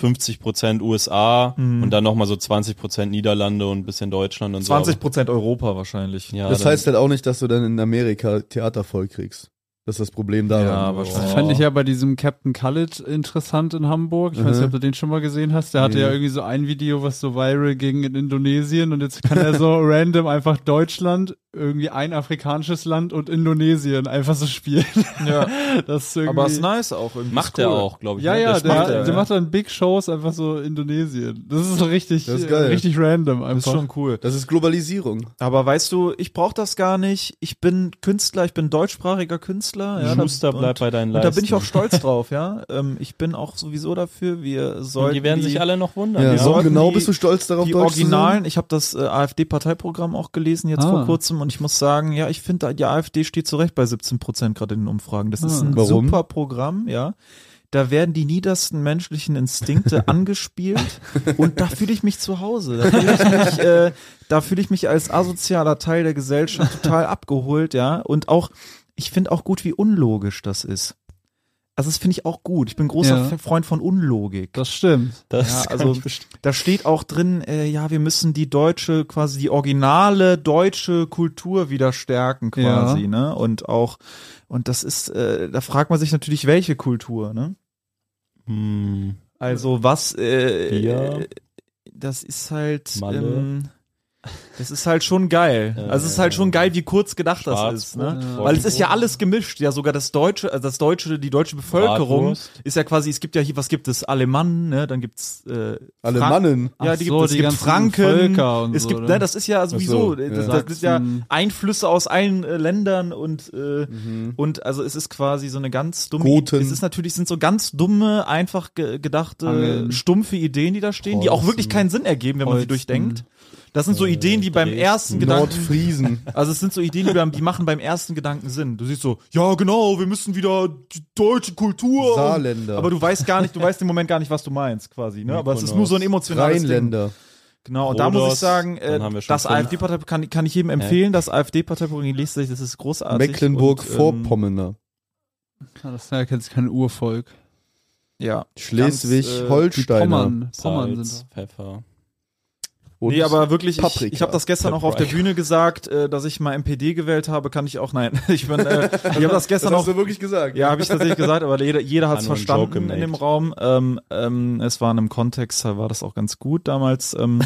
B: 50% USA
A: Mhm.
B: und dann nochmal so 20% Niederlande und ein bisschen Deutschland und
A: 20
B: so.
A: Prozent Europa wahrscheinlich.
B: Ja,
D: das
B: dann-
D: heißt halt auch nicht, dass du dann in Amerika Theater voll kriegst. Das ist das Problem daran.
A: Ja, wahrscheinlich.
C: Das fand ich ja bei diesem Captain Khalid interessant in Hamburg. Ich weiß nicht,
D: Mhm.
C: ob du den schon mal gesehen hast. Der hatte
D: Nee.
C: ja irgendwie so ein Video, was so viral ging in Indonesien und jetzt kann er so random einfach Deutschland, irgendwie ein afrikanisches Land und Indonesien einfach so spielen. Ja. Das ist irgendwie,
A: Aber ist nice auch irgendwie.
B: Macht
A: ist
B: er
A: cool.
B: auch, glaube ich.
C: Ja,
B: ne?
C: ja,
B: Das
C: der,
B: macht er,
C: der
B: ja.
C: macht dann Big Shows einfach so Indonesien. Das ist so richtig, äh,
D: Das ist geil.
C: richtig random einfach.
A: Das ist schon cool.
D: Das ist Globalisierung.
A: Aber weißt du, ich brauche das gar nicht. Ich bin Künstler, ich bin deutschsprachiger Künstler. Ja,
B: Schuster
A: da,
B: bleibt
A: und,
B: bei deinen
A: und
B: Leisten.
A: da bin ich auch stolz drauf, ja. Ähm, ich bin auch sowieso dafür, wir
B: Und
A: sollten
B: die werden sich alle noch wundern.
D: Ja,
B: Ja,
D: so
A: sollten
D: genau
A: die-
D: bist du stolz darauf,
A: die
D: Deutsch
A: Originalen, ich habe das äh, AfD-Parteiprogramm auch gelesen jetzt
C: Ah.
A: vor kurzem und ich muss sagen, ja, ich finde, die AfD steht zu Recht bei 17 Prozent gerade in den Umfragen. Das ist
C: Ah.
A: ein
D: Warum?
A: super Programm, ja. Da werden die niedersten menschlichen Instinkte angespielt und da fühle ich mich zu Hause. Da fühle ich mich, äh, da fühle ich mich als asozialer Teil der Gesellschaft total abgeholt, ja. Und auch, ich finde auch gut, wie unlogisch das ist. Also das finde ich auch gut. Ich bin großer
C: Ja.
A: Freund von Unlogik.
C: Das stimmt.
B: das
A: Ja,
B: kann
A: also-
B: ich bestimmt.
A: Da steht auch drin, äh, ja, wir müssen die deutsche, quasi die originale deutsche Kultur wieder stärken, quasi,
C: Ja.
A: ne? Und auch, und das ist, äh, da fragt man sich natürlich, welche Kultur, ne?
B: Hm,
A: Also was, äh,
B: Bier.
A: das ist halt,
B: Malle.
A: ähm, das ist halt schon geil.
B: Äh,
A: Also es ist halt schon geil, wie kurz gedacht das ist, ne?
B: Schwarzbrot,
A: Weil es ist ja
B: Vollkorn.
A: alles gemischt, ja sogar das deutsche, also das deutsche, die deutsche Bevölkerung
B: Bratwurst.
A: ist ja quasi, es gibt ja hier, was gibt es, Alemannen, ne? Dann gibt's äh,
D: Alle
A: Frank-
D: Mannen.
A: ja,
C: Ach
A: die
C: so,
A: gibt, es
C: die
A: gibt
C: ganzen
A: Franken,
C: Völker und
A: es
C: so,
A: gibt,
C: oder?
A: ne, das ist ja sowieso,
D: Ach so, ja.
A: das, das sind ja
C: Sachsen.
A: Einflüsse aus allen äh, Ländern und äh, und also es ist quasi so eine ganz dumme,
D: Goten.
A: es ist natürlich sind so ganz dumme, einfach ge gedachte,
C: Angeln.
A: stumpfe Ideen, die da stehen, die auch
B: Preußen.
A: wirklich keinen Sinn ergeben, wenn man sie
C: Preußen. äh,
A: durchdenkt. Das sind so Ideen, die beim
B: Dresden.
A: ersten Gedanken
D: Nordfriesen.
A: also es sind so Ideen, die, beim, die machen beim ersten Gedanken Sinn. Du siehst so, ja genau, wir müssen wieder die deutsche Kultur. und-
D: Saarländer.
A: Aber du weißt gar nicht, du weißt im Moment gar nicht, was du meinst, quasi. Ne? Aber es ist nur so ein emotionales Ding.
D: Rheinländer.
A: Genau, und da
B: Rhodos,
A: muss ich sagen,
B: dann haben
A: äh,
B: wir schon
A: das
B: fünf.
A: AfD-Partei kann, kann ich jedem empfehlen, das AfD-Parteiprogramm liest sich, das ist großartig. Und, ähm,
D: Mecklenburg-Vorpommerner.
C: Ja, Ah, das sind ja jetzt kein Urvolk.
A: ja. ganz, äh,
C: Die
D: Schleswig-Holsteiner.
C: Pommern, Pommern
B: Salz,
C: sind
B: Pfeffer.
D: und
A: nee, aber wirklich, ich,
D: Paprika.
A: ich habe das gestern auch auf der
B: Paprika.
A: Bühne gesagt, äh, dass ich mal MPD gewählt habe, kann ich auch, nein, ich bin, äh, ich habe das
D: Das
A: gestern auch
D: hast du wirklich gesagt.
A: Ja, habe ich tatsächlich gesagt, aber jeder, jeder hat es
B: Nur ein Joke
A: verstanden
B: gemacht.
A: in dem Raum. Ähm, ähm, es war in einem Kontext, da war das auch ganz gut damals. Ähm,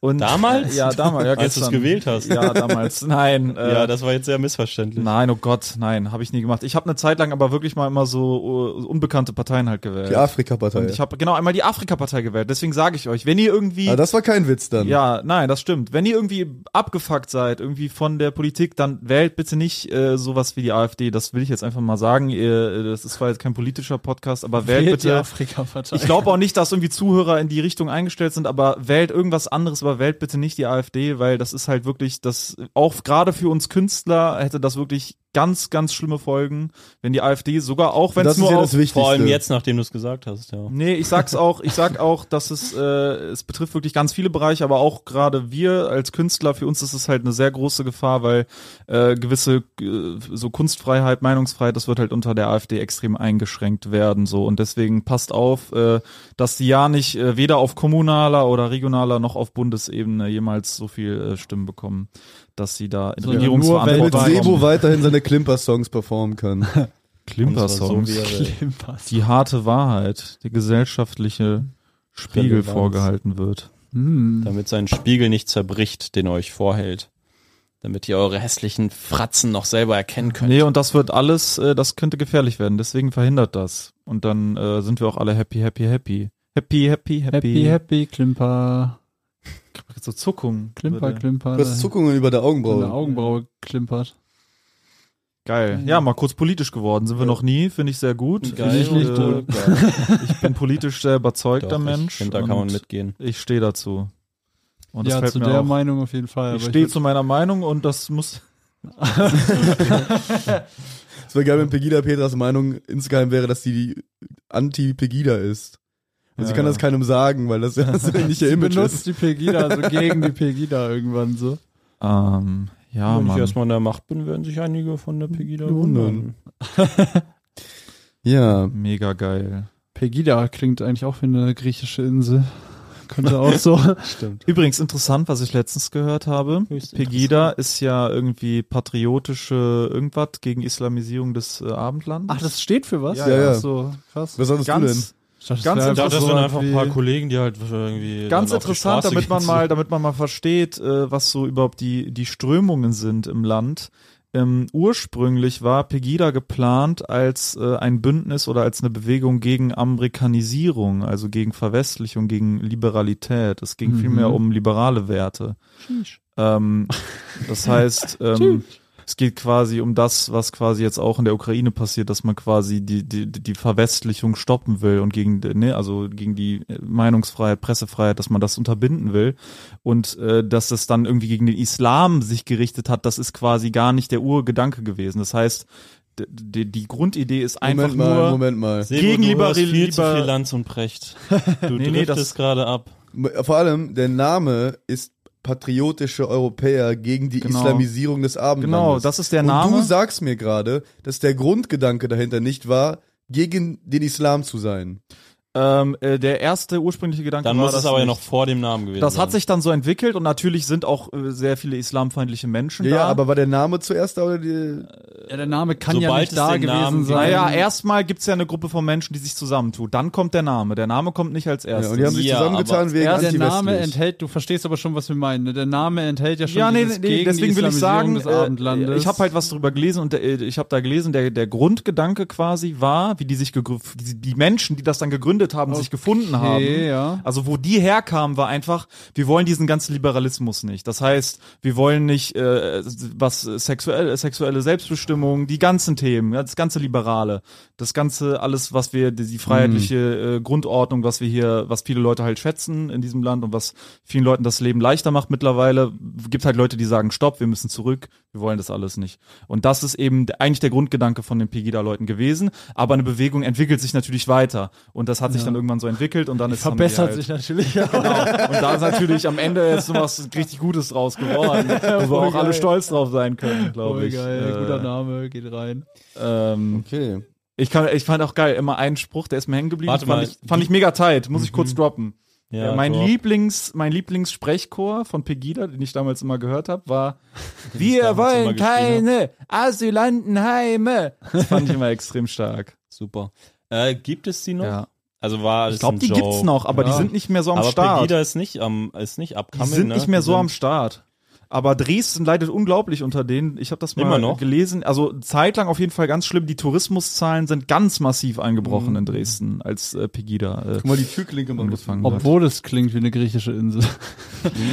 A: und
B: Damals?
A: Ja, damals. Ja,
B: Als du's
A: gestern.
B: gewählt hast.
A: Ja, damals. Nein. Äh,
B: Ja, das war jetzt sehr missverständlich.
A: Nein, oh Gott, nein, habe ich nie gemacht. Ich habe eine Zeit lang aber wirklich mal immer so uh, unbekannte Parteien halt gewählt.
D: Die Afrika-Partei.
A: Und ich habe genau einmal die Afrika-Partei gewählt. Deswegen sage ich euch, wenn ihr irgendwie
D: Ah, das war kein Witz dann.
A: ja, nein, das stimmt. Wenn ihr irgendwie abgefuckt seid, irgendwie von der Politik, dann wählt bitte nicht äh, sowas wie die AfD. Das will ich jetzt einfach mal sagen. Ihr, äh, das ist zwar jetzt kein politischer Podcast, aber wählt,
C: Wählt die
A: bitte.
C: Afrika-Partei.
A: Ich glaube auch nicht, dass irgendwie Zuhörer in die Richtung eingestellt sind, aber wählt irgendwas anderes, aber wählt bitte nicht die AfD, weil das ist halt wirklich, das auch gerade für uns Künstler hätte das wirklich ganz, ganz schlimme Folgen, wenn die AfD sogar auch, wenn
D: das
A: es
D: ist
A: nur
D: ja
A: auf,
D: das Wichtigste.
B: Vor allem jetzt, nachdem du es gesagt hast, ja.
A: Nee, ich sag's auch, ich sag auch, dass es, äh, es betrifft wirklich ganz viele Bereiche, aber auch gerade wir als Künstler, für uns ist es halt eine sehr große Gefahr, weil äh, gewisse äh, so Kunstfreiheit, Meinungsfreiheit, das wird halt unter der AfD extrem eingeschränkt werden. so Und deswegen passt auf, äh, dass die ja nicht äh, weder auf kommunaler oder regionaler noch auf Bundesebene jemals so viel äh, Stimmen bekommen, dass sie da in
C: Sondern
A: Regierungsverantwortung
D: Damit
C: Vorbei-
D: Sebo weiterhin seine Klimper-Songs performen kann.
A: Klimper-Songs.
B: Unsere so wäre-
C: Klimpers.
A: Die harte Wahrheit, der gesellschaftliche Spiegel
B: Relevanz.
A: vorgehalten wird.
C: Hm.
B: damit sein Spiegel nicht zerbricht, den er euch vorhält. Damit ihr eure hässlichen Fratzen noch selber erkennen könnt.
A: Nee, und das wird alles, äh, das könnte gefährlich werden, deswegen verhindert das. Und dann äh, sind wir auch alle happy, happy, happy. Happy, happy, happy.
C: Happy, happy, Klimper.
A: So Zuckung.
C: Klimper,
A: würde-
C: Klimper.
D: Du hast Zuckungen über der
C: Deine
D: Augenbraue.
C: Augenbraue klimpert.
A: Geil. Ja, mal kurz politisch geworden. Sind wir noch nie, finde ich sehr gut.
B: Geil,
A: Ich,
C: nicht
A: äh,
B: äh, geil.
A: ich bin politisch sehr überzeugter
B: Doch, ich
A: Mensch.
B: find, da kann man
A: und
B: mitgehen.
A: Ich stehe dazu. Und das
C: ja,
A: fällt
C: zu
A: mir
C: der
A: auf.
C: Meinung auf jeden Fall. aber
A: ich stehe
C: würd-
A: zu meiner Meinung und das muss.
D: Es wäre geil, wenn Pegida Petras Meinung insgeheim wäre, dass sie die Anti-Pegida ist. Und sie
A: Ja,
D: kann
A: ja.
D: das keinem sagen, weil das ja das ja nicht ihr
C: Sie
D: Image
C: benutzt
D: ist.
C: die Pegida, also gegen die Pegida irgendwann so.
A: Ähm, ja,
B: Wenn ich
A: Mann.
B: erstmal in der Macht bin, werden sich einige von der Pegida
D: Wundern.
B: wundern.
D: Ja.
A: Mega geil.
C: Pegida klingt eigentlich auch wie eine griechische Insel. Könnte auch so.
A: Übrigens interessant, was ich letztens gehört habe.
B: Höchst
A: Pegida ist ja irgendwie patriotische irgendwas gegen Islamisierung des äh, Abendlandes.
C: Ach, das steht für was?
A: Ja, ja.
C: Ach so, krass.
D: Was sagst du denn?
A: ganz
C: dachte, das
A: Ganz
C: wär
A: interessant.
B: Ja,
A: Das
B: das
A: ist
B: sind
C: so
B: einfach ein
C: wie-
B: paar Kollegen, die halt irgendwie.
A: Ganz
B: dann auf die
A: interessant,
B: Straße
A: damit man
B: gehen.
A: mal, damit man mal versteht, äh, was so überhaupt die, die Strömungen sind im Land. Ähm, ursprünglich war Pegida geplant als äh, ein Bündnis oder als eine Bewegung gegen Amerikanisierung, also gegen Verwestlichung, gegen Liberalität. Es ging
C: Mhm.
A: vielmehr um liberale Werte. Ähm, das heißt, ähm, es geht quasi um das, was quasi jetzt auch in der Ukraine passiert, dass man quasi die, die, die Verwestlichung stoppen will und gegen, ne, also gegen die Meinungsfreiheit, Pressefreiheit, dass man das unterbinden will. Und äh, dass es dann irgendwie gegen den Islam sich gerichtet hat, das ist quasi gar nicht der Urgedanke gewesen. Das heißt, d- d- die Grundidee ist einfach
D: Moment mal,
A: nur.
D: Moment mal.
B: Sebo,
A: gegen
B: du
A: Liberal-
B: hörst viel zu
A: Liber-
B: viel Lanz und Precht. Du
A: Nee,
B: nee,
A: nee,
B: nee,
A: das-
B: driftest gerade ab.
D: Vor allem, der Name ist patriotische Europäer gegen die
A: Genau.
D: Islamisierung des Abendlandes.
A: Genau, das ist der
D: Und
A: Name.
D: du sagst mir gerade, dass der Grundgedanke dahinter nicht war, gegen den Islam zu sein.
A: ähm, äh, der erste ursprüngliche Gedanke
B: Dann
A: war
B: muss
A: das
B: es aber ja
A: nicht.
B: noch vor dem Namen gewesen
A: Das
B: sein.
A: hat sich dann so entwickelt und natürlich sind auch äh, sehr viele islamfeindliche Menschen
D: Ja,
A: da.
D: ja, aber war der Name zuerst da oder die,
C: Ja, der Name kann ja
B: Sobald
C: nicht
B: es
C: da
B: den
C: gewesen
B: Namen
C: sein.
A: naja, erstmal gibt's ja eine Gruppe von Menschen, die sich zusammentut. Dann kommt der Name. Der Name kommt nicht als
D: Äh, ja,
A: erstes.
D: und die haben sich
B: Ja,
D: zusammengetan
B: aber-
D: wegen
C: Ja, der Name
D: antiwestlich.
C: enthält, du verstehst aber schon, was wir meinen. ne? Der Name enthält ja schon
A: Ja, nee,
C: dieses
A: nee,
C: gegen
A: deswegen
C: die
A: will ich sagen,
C: Islamisierung des
A: äh,
C: Abendlandes.
A: ich habe halt was drüber gelesen und äh, ich habe da gelesen, der, der Grundgedanke quasi war, wie die sich gegrü- die, die Menschen, die das dann gegründet haben, sich gefunden haben.
C: ja.
A: Also wo die herkamen, war einfach, wir wollen diesen ganzen Liberalismus nicht. Das heißt, wir wollen nicht äh, was sexuell, sexuelle Selbstbestimmung, die ganzen Themen, ja, das ganze Liberale, das ganze alles, was wir die, die
C: Mhm.
A: freiheitliche äh, Grundordnung, was wir hier, was viele Leute halt schätzen in diesem Land und was vielen Leuten das Leben leichter macht mittlerweile, gibt halt Leute, die sagen, stopp, wir müssen zurück, wir wollen das alles nicht. Und das ist eben d- eigentlich der Grundgedanke von den Pegida-Leuten gewesen. Aber eine Bewegung entwickelt sich natürlich weiter. Und das hat sich dann irgendwann so entwickelt und dann ist haben die
C: Verbessert
A: halt,
C: sich natürlich.
A: Genau. Und da ist natürlich am Ende jetzt noch was richtig Gutes draus geworden, wo wir
C: Voll
A: auch alle
C: geil.
A: stolz drauf sein können, glaube
C: Voll
A: ich.
C: geil,
A: Äh,
C: guter Name, geht rein.
A: Ähm,
D: Okay.
A: ich, kann, ich fand auch geil, immer einen Spruch, der ist mir hängen geblieben.
B: Warte
A: fand
B: mal.
A: ich, fand ich mega tight, muss ich
C: Mhm.
A: kurz droppen.
B: Ja,
A: Äh, mein
B: so.
A: Lieblings, mein Lieblingssprechchor von Pegida, den ich damals immer gehört habe, war Wir
B: damals immer
A: wollen
B: geschrien
A: keine Asylantenheime. Das fand ich immer extrem stark.
B: Super. Äh, gibt es die noch?
A: Ja.
B: Also war alles
A: Ich glaube,
B: ein
A: die
B: Joke.
A: gibt's noch, aber die
B: Ja.
A: sind nicht mehr so am
B: aber
A: Start.
B: Pegida ist nicht am, ist nicht
A: Die
B: abkamen.
A: sind
B: ne?
A: nicht mehr
B: Die
A: so
B: sind-
A: am Start. Aber Dresden leidet unglaublich unter denen. Ich habe das mal
B: Immer noch?
A: gelesen. Also zeitlang auf jeden Fall ganz schlimm. Die Tourismuszahlen sind ganz massiv eingebrochen in Dresden, als äh, Pegida äh,
D: Guck mal, die Türklinke mal
A: angefangen hat.
C: Obwohl es klingt wie eine griechische Insel.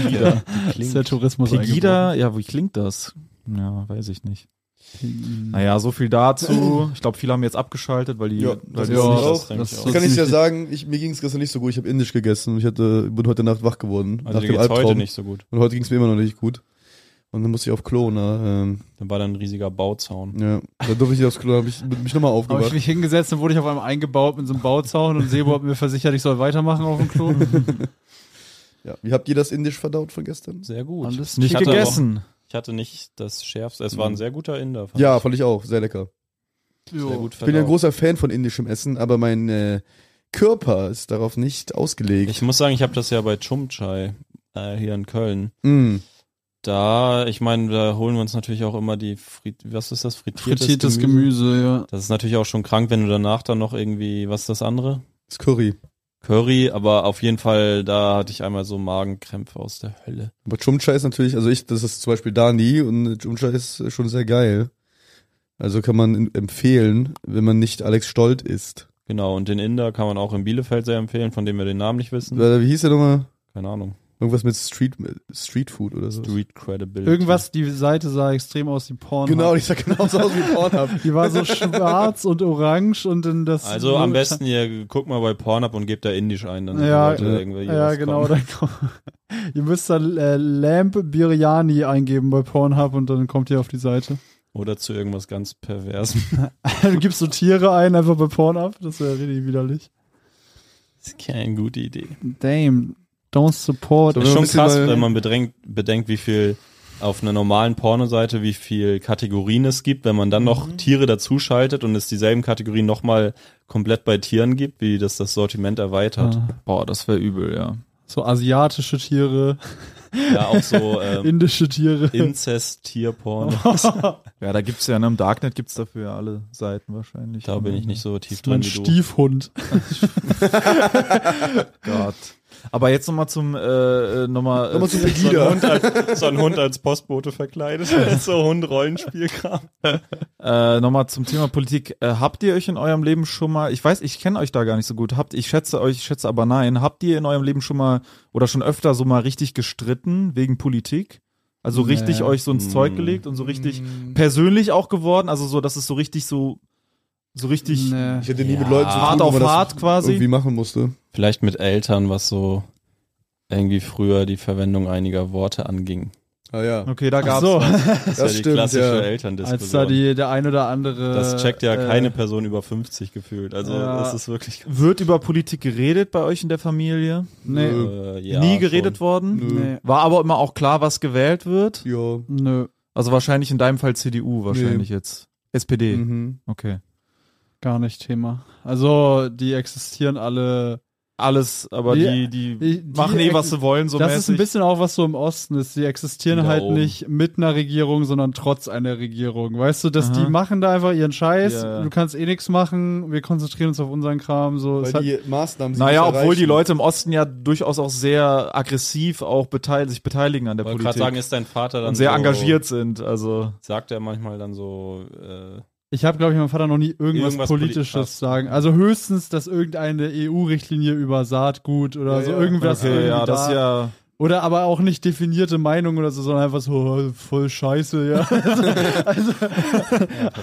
B: Pegida.
C: Ist der Tourismus
A: Pegida, ja, wie klingt das? Ja, weiß ich nicht. Naja, so viel dazu. Ich glaube, viele haben jetzt abgeschaltet, weil die,
D: Ja,
A: weil
D: das
A: die nicht-
D: ist auch-
B: das denke ich
C: das
B: auch.
C: ist
D: Kann ich
C: nicht
D: ja
C: die-
D: sagen, ich, mir ging es gestern nicht so gut. Ich habe indisch gegessen. Ich hatte, bin heute Nacht wach geworden.
B: Also
D: nach
B: dir
D: dem
B: geht's heute
D: Albtraum.
B: nicht so gut.
D: Und heute ging es mir immer noch nicht gut. Und dann musste ich auf Klo. Na, ähm,
B: Dann war da ein riesiger Bauzaun.
D: ja. Da durfte ich nicht aufs Klo. Da habe ich mich nochmal
C: Habe ich
D: aufgewacht.
C: mich hingesetzt, dann wurde ich auf einmal eingebaut mit so einem Bauzaun und Sebo hat mir versichert, ich soll weitermachen auf dem Klo.
D: Ja. Wie habt ihr das indisch verdaut von gestern?
B: Sehr gut.
C: Alles
A: nicht
B: Ich hatte
A: gegessen. Mhm.
B: Ich hatte nicht das Schärfste. Es war ein sehr guter Inder. fand
D: Ja,
B: ich.
D: fand ich auch. Sehr lecker.
B: sehr gut
D: Ich bin ja ein
B: verdaut.
D: großer Fan von indischem Essen, aber mein äh, Körper ist darauf nicht ausgelegt.
B: Ich muss sagen, ich habe das ja bei Chumchai äh, hier in Köln.
D: Mm.
B: Da, ich meine, da holen wir uns natürlich auch immer die, Frit was ist das, frittiertes,
C: Frittiertes
B: Gemüse.
C: Gemüse, ja.
B: Das ist natürlich auch schon krank, wenn du danach dann noch irgendwie, was ist das andere?
D: Das Curry.
B: Curry, aber auf jeden Fall, da hatte ich einmal so Magenkrämpfe aus der Hölle.
D: Aber Chumcha ist natürlich, also ich, das ist zum Beispiel da nie und Chumcha ist schon sehr geil. Also kann man in- empfehlen, wenn man nicht Alex Stolt ist.
B: Genau, und den Inder kann man auch in Bielefeld sehr empfehlen, von dem wir den Namen nicht wissen.
D: Wie hieß der nochmal?
B: Keine Ahnung.
D: Irgendwas mit Street, Street Food oder so.
B: Street Credibility.
C: Irgendwas, die Seite sah extrem aus wie Porn.
D: Genau, ich sah genau so aus wie Pornhub.
C: Die war so schwarz und orange und dann das.
B: Also am besten, ihr guckt mal bei Pornhub und gebt da Indisch ein, dann
C: Ja,
B: sollte
D: ja.
B: irgendwie
C: Ja,
B: was
C: genau.
B: kommen.
C: Dann kommt, ihr müsst dann äh, Lamp Biryani eingeben bei Pornhub und dann kommt ihr auf die Seite.
B: Oder zu irgendwas ganz Perversem.
C: du gibst so Tiere ein, einfach bei Pornhub. Das wäre richtig widerlich.
B: Das ist keine gute Idee.
C: Damn. Don't support.
D: So,
B: ist schon
D: bisschen
B: krass,
D: mal-
B: wenn man bedrängt, bedenkt, wie viel auf einer normalen Pornoseite, wie viel Kategorien es gibt, wenn man dann noch
C: Mhm.
B: Tiere dazuschaltet und es dieselben Kategorien nochmal komplett bei Tieren gibt, wie das das Sortiment erweitert.
C: Ah.
A: Boah, das wäre übel, ja.
C: So asiatische Tiere,
B: Ja, auch so ähm,
C: indische Tiere.
B: Inzest-Tierporn.
C: Oh.
E: Ja, da gibt's ja, ne, im Darknet gibt's dafür alle Seiten wahrscheinlich.
B: Da bin ich nicht so tief
C: so ein
B: drin wie du.
C: Stiefhund.
E: Gott. Aber jetzt nochmal zum, äh, nochmal.
D: Nochmal zu
B: So ein,
D: Pegida.
B: Hund als, so ein Hund als Postbote verkleidet. so Hund-Rollenspielkram.
E: Äh, nochmal zum Thema Politik. Äh, habt ihr euch in eurem Leben schon mal, ich weiß, ich kenne euch da gar nicht so gut, habt, ich schätze euch, ich schätze aber nein, habt ihr in eurem Leben schon mal oder schon öfter so mal richtig gestritten wegen Politik? Also richtig
C: Nee. Hm.
E: euch so
B: Hm.
E: ins Zeug gelegt und so richtig persönlich auch geworden? Also so, dass es so richtig so, so richtig
C: Nee.
D: Ich hätte nie
B: Ja.
D: mit Leuten zu tun,
E: hart
D: wo
E: auf
D: man das
E: hart
D: irgendwie
E: quasi?
D: machen musste.
B: Vielleicht mit Eltern, was so irgendwie früher die Verwendung einiger Worte anging.
D: Ah ja.
E: Okay, da
C: Ach
E: gab's.
C: so,
B: Das,
D: Das
B: ist ja die
D: stimmt,
B: klassische
D: ja.
C: als da
B: Elterndiskussion.
C: die, der ein oder andere.
B: das checkt ja
C: äh,
B: keine Person über 50 gefühlt. Also
C: Ja.
B: das ist wirklich
E: Wird über Politik geredet bei euch in der Familie?
C: Nee,
B: äh, ja,
E: Nie geredet
B: schon.
E: worden?
D: Nö.
C: nee,
E: War aber immer auch klar, was gewählt wird?
D: Ja.
C: nö,
E: Also wahrscheinlich in deinem Fall CDU, wahrscheinlich jetzt. SPD,
D: Mhm.
E: okay.
C: gar nicht Thema. Also, die existieren alle.
E: Alles, aber
C: Die-
E: die, die,
C: die-
E: machen eh, was sie wollen, so
C: das ist ein
E: mäßig.
C: bisschen auch was so im Osten ist. Die existieren
B: Da
C: halt
B: oben.
C: nicht mit einer Regierung, sondern trotz einer Regierung. Weißt du, dass
E: Aha.
C: die machen da einfach ihren Scheiß.
E: Ja, ja.
C: Du kannst eh nichts machen. Wir konzentrieren uns auf unseren Kram. So, es
D: Weil
C: hat,
D: die Maßnahmen sind
E: naja,
D: nicht
E: obwohl die
D: erreichen.
E: Leute im Osten ja durchaus auch sehr aggressiv auch beteil sich beteiligen an der
B: Ich wollte
E: Politik
B: gerade sagen, ist dein Vater dann
E: und sehr
B: so,
E: engagiert sind. Also
B: Sagt er manchmal dann so, äh,
C: ich habe, glaube ich, meinem Vater noch nie irgendwas,
B: Irgendwas
C: Politisches
B: Politisches.
C: sagen. Also höchstens, dass irgendeine EU-Richtlinie über Saatgut oder
D: Ja,
C: so
D: ja.
C: irgendwas irgendwie
E: okay, ja, das
C: da.
E: ist ja
C: Oder aber auch nicht definierte Meinung oder so, sondern einfach so oh, voll scheiße, ja. also,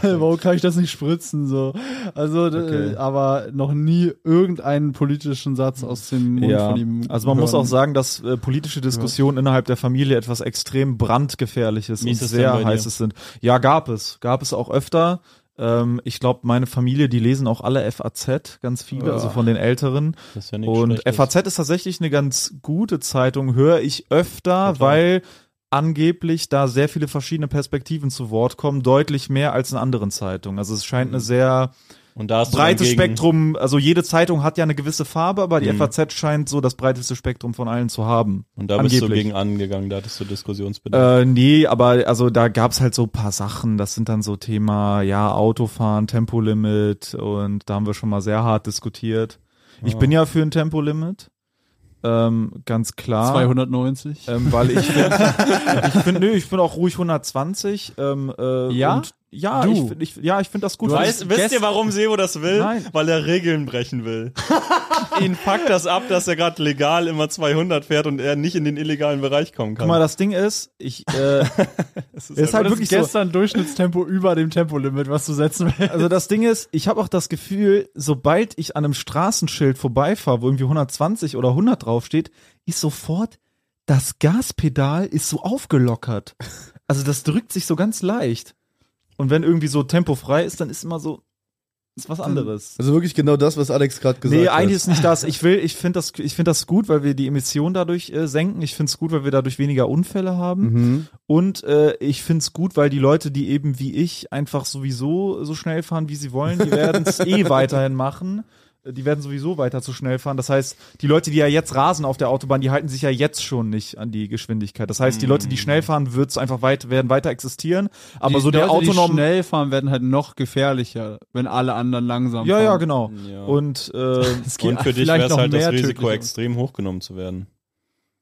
C: warum kann ich das nicht spritzen so? Also d-
E: Okay.
C: aber noch nie irgendeinen politischen Satz aus dem Mund
E: ja.
C: von ihm.
E: Also man muss
C: hören.
E: auch sagen, dass äh, politische Diskussionen innerhalb der Familie etwas extrem brandgefährliches
B: Wie
E: und
B: ist es
E: sehr
B: denn bei dir?
E: heißes sind. Ja, gab es. Gab es auch öfter. Ähm, ich glaube, meine Familie, die lesen auch alle FAZ, ganz viele,
C: Ja.
E: also von den Älteren.
B: das ist ja nicht
E: Und
B: Schlechtes.
E: FAZ ist tatsächlich eine ganz gute Zeitung, höre ich öfter, weil angeblich da sehr viele verschiedene Perspektiven zu Wort kommen, deutlich mehr als in anderen Zeitungen. Also es scheint eine sehr
B: Und da hast du
E: breites
B: hingegen-
E: Spektrum, also jede Zeitung hat ja eine gewisse Farbe, aber die
B: Mhm.
E: FAZ scheint so das breiteste Spektrum von allen zu haben.
B: Und da bist du
E: Angeblich.
B: gegen angegangen, da hattest du Diskussionsbedarf.
E: Äh, nee, aber also da gab's halt so paar Sachen, das sind dann so Thema, ja, Autofahren, Tempolimit und da haben wir schon mal sehr hart diskutiert. Ich bin ja für ein Tempolimit, ähm, ganz klar.
C: 290.
E: Ähm, weil ich find- ich finde, nö, ich bin auch ruhig 120. Ähm, äh,
C: Ja?
E: Und, ja,
C: Du?
E: ich, find- ich, ja, ich finde das gut.
B: Weißt, wisst ihr, warum Sebo das will?
E: Nein.
B: Weil er Regeln brechen will. Ihn packt das ab, dass er gerade legal immer 200 fährt und er nicht in den illegalen Bereich kommen kann.
E: Guck mal, das Ding ist, ich, äh,
B: das
E: ist halt
C: Du hattest
E: wirklich so.
C: gestern Durchschnittstempo über dem Tempolimit, was du setzen willst.
E: Also das Ding ist, ich habe auch das Gefühl, sobald ich an einem Straßenschild vorbeifahre, wo irgendwie 120 oder 100 draufsteht, ist sofort das Gaspedal ist so aufgelockert. Also das drückt sich so ganz leicht. Und wenn irgendwie so tempofrei ist, dann ist immer so ist was anderes.
D: Also wirklich genau das, was Alex gerade gesagt
E: Nee,
D: hat.
E: eigentlich ist nicht das. Ich will, ich finde das, ich finde das gut, weil wir die Emissionen dadurch äh, senken. Ich finde es gut, weil wir dadurch weniger Unfälle haben.
D: Mhm.
E: Und äh, ich find's gut, weil die Leute, die eben wie ich einfach sowieso so schnell fahren, wie sie wollen, die werden's eh weiterhin machen. Äh, Die werden sowieso weiter zu schnell fahren. Das heißt, die Leute, die ja jetzt rasen auf der Autobahn, die halten sich ja jetzt schon nicht an die Geschwindigkeit. Das heißt, die Leute, die schnell fahren, wird's einfach weit, werden weiter existieren. Aber so der
C: Leute, Mhm. die
E: autonom.
C: schnell fahren werden halt noch gefährlicher, wenn alle anderen langsam
E: Ja,
C: fahren.
E: ja, genau.
B: Ja.
E: Und äh,
B: und für dich
C: vielleicht
B: wäre es
C: noch
B: halt das
C: mehr
B: Risiko,
C: tödliche-
B: extrem hochgenommen zu werden.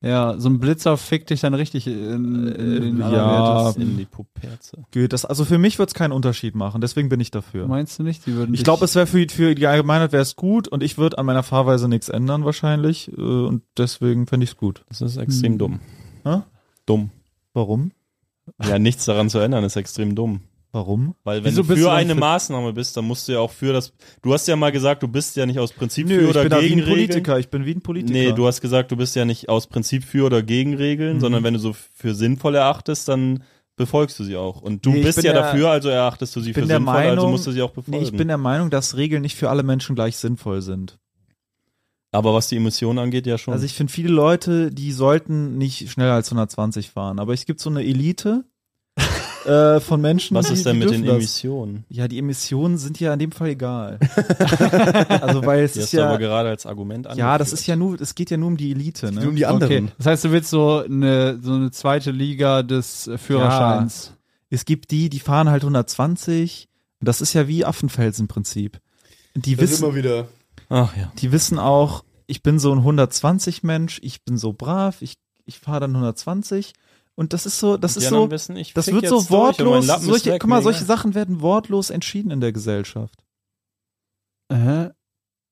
C: Ja, so ein Blitzer fickt dich dann richtig in, in den
E: Äh,
C: Allerwertesten.
E: ja.
B: In die Puperze.
E: geht das. Also für mich wird's keinen Unterschied machen. Deswegen bin ich dafür.
C: Meinst du nicht? Die würden
E: Ich
C: dich-
E: glaube, es wäre für, für die Allgemeinheit wäre es gut und ich würde an meiner Fahrweise nichts ändern wahrscheinlich äh, und deswegen fände ich es gut.
B: Das ist extrem
C: Hm.
B: dumm.
E: Hä?
B: Dumm.
E: Warum?
B: Ja, nichts daran zu ändern ist extrem dumm.
E: Warum?
B: Weil wenn
C: Wieso
B: du
C: bist du
B: für
C: dann
B: eine
C: fit?
B: Maßnahme bist, dann musst du ja auch für das. Du hast ja mal gesagt, du bist ja nicht aus Prinzip für
E: ich
B: oder
E: bin da wie
B: gegen
E: ein
B: Regeln.
E: Politiker. Ich bin wie ein Politiker.
B: Nee, du hast gesagt, du bist ja nicht aus Prinzip für oder gegen Regeln,
E: Mhm.
B: sondern wenn du so für sinnvoll erachtest, dann befolgst du sie auch. Und du
E: Nee, ich
B: bist
E: bin
B: ja
E: der-
B: dafür, also erachtest du sie für
E: bin
B: sinnvoll,
E: der
B: also
E: Meinung-
B: musst du sie auch
E: Nee,
B: befolgen.
E: ich bin der Meinung, dass Regeln nicht für alle Menschen gleich sinnvoll sind.
B: Aber was die Emotionen angeht, ja schon.
E: Also ich finde viele Leute, die sollten nicht schneller als 120 fahren, aber es gibt so eine Elite, äh, von Menschen.
B: Was
E: die,
B: ist denn
E: die
B: mit
E: dürfen
B: den
E: das.
B: Emissionen?
E: Ja, die Emissionen sind ja in dem Fall egal. also weil es
B: Die
E: ist
B: hast du
E: ja,
B: aber gerade als Argument angeführt.
E: ja, das ist ja nur, es geht ja nur um die Elite,
D: Nur
E: ne?
D: um die anderen.
C: Okay, das heißt, du willst so eine, so eine zweite Liga des äh, Führerscheins.
E: Es gibt die, die fahren halt 120. Und das ist ja wie Affenfels im Prinzip. Die
D: Das ist
E: wissen,
D: immer wieder.
B: Ach ja.
E: die wissen auch, ich bin so ein 120 Mensch, ich bin so brav, ich, ich fahre dann 120. Und das ist so, das
B: Die
E: ist
B: anderen
E: so,
B: wissen, ich
E: das
B: fick
E: wird so
B: jetzt durch und mein
E: wortlos.
B: Lappen ist
E: Solche,
B: weg,
E: guck mal,
B: mir
E: solche
B: egal.
E: Sachen werden wortlos entschieden in der Gesellschaft.
C: Äh,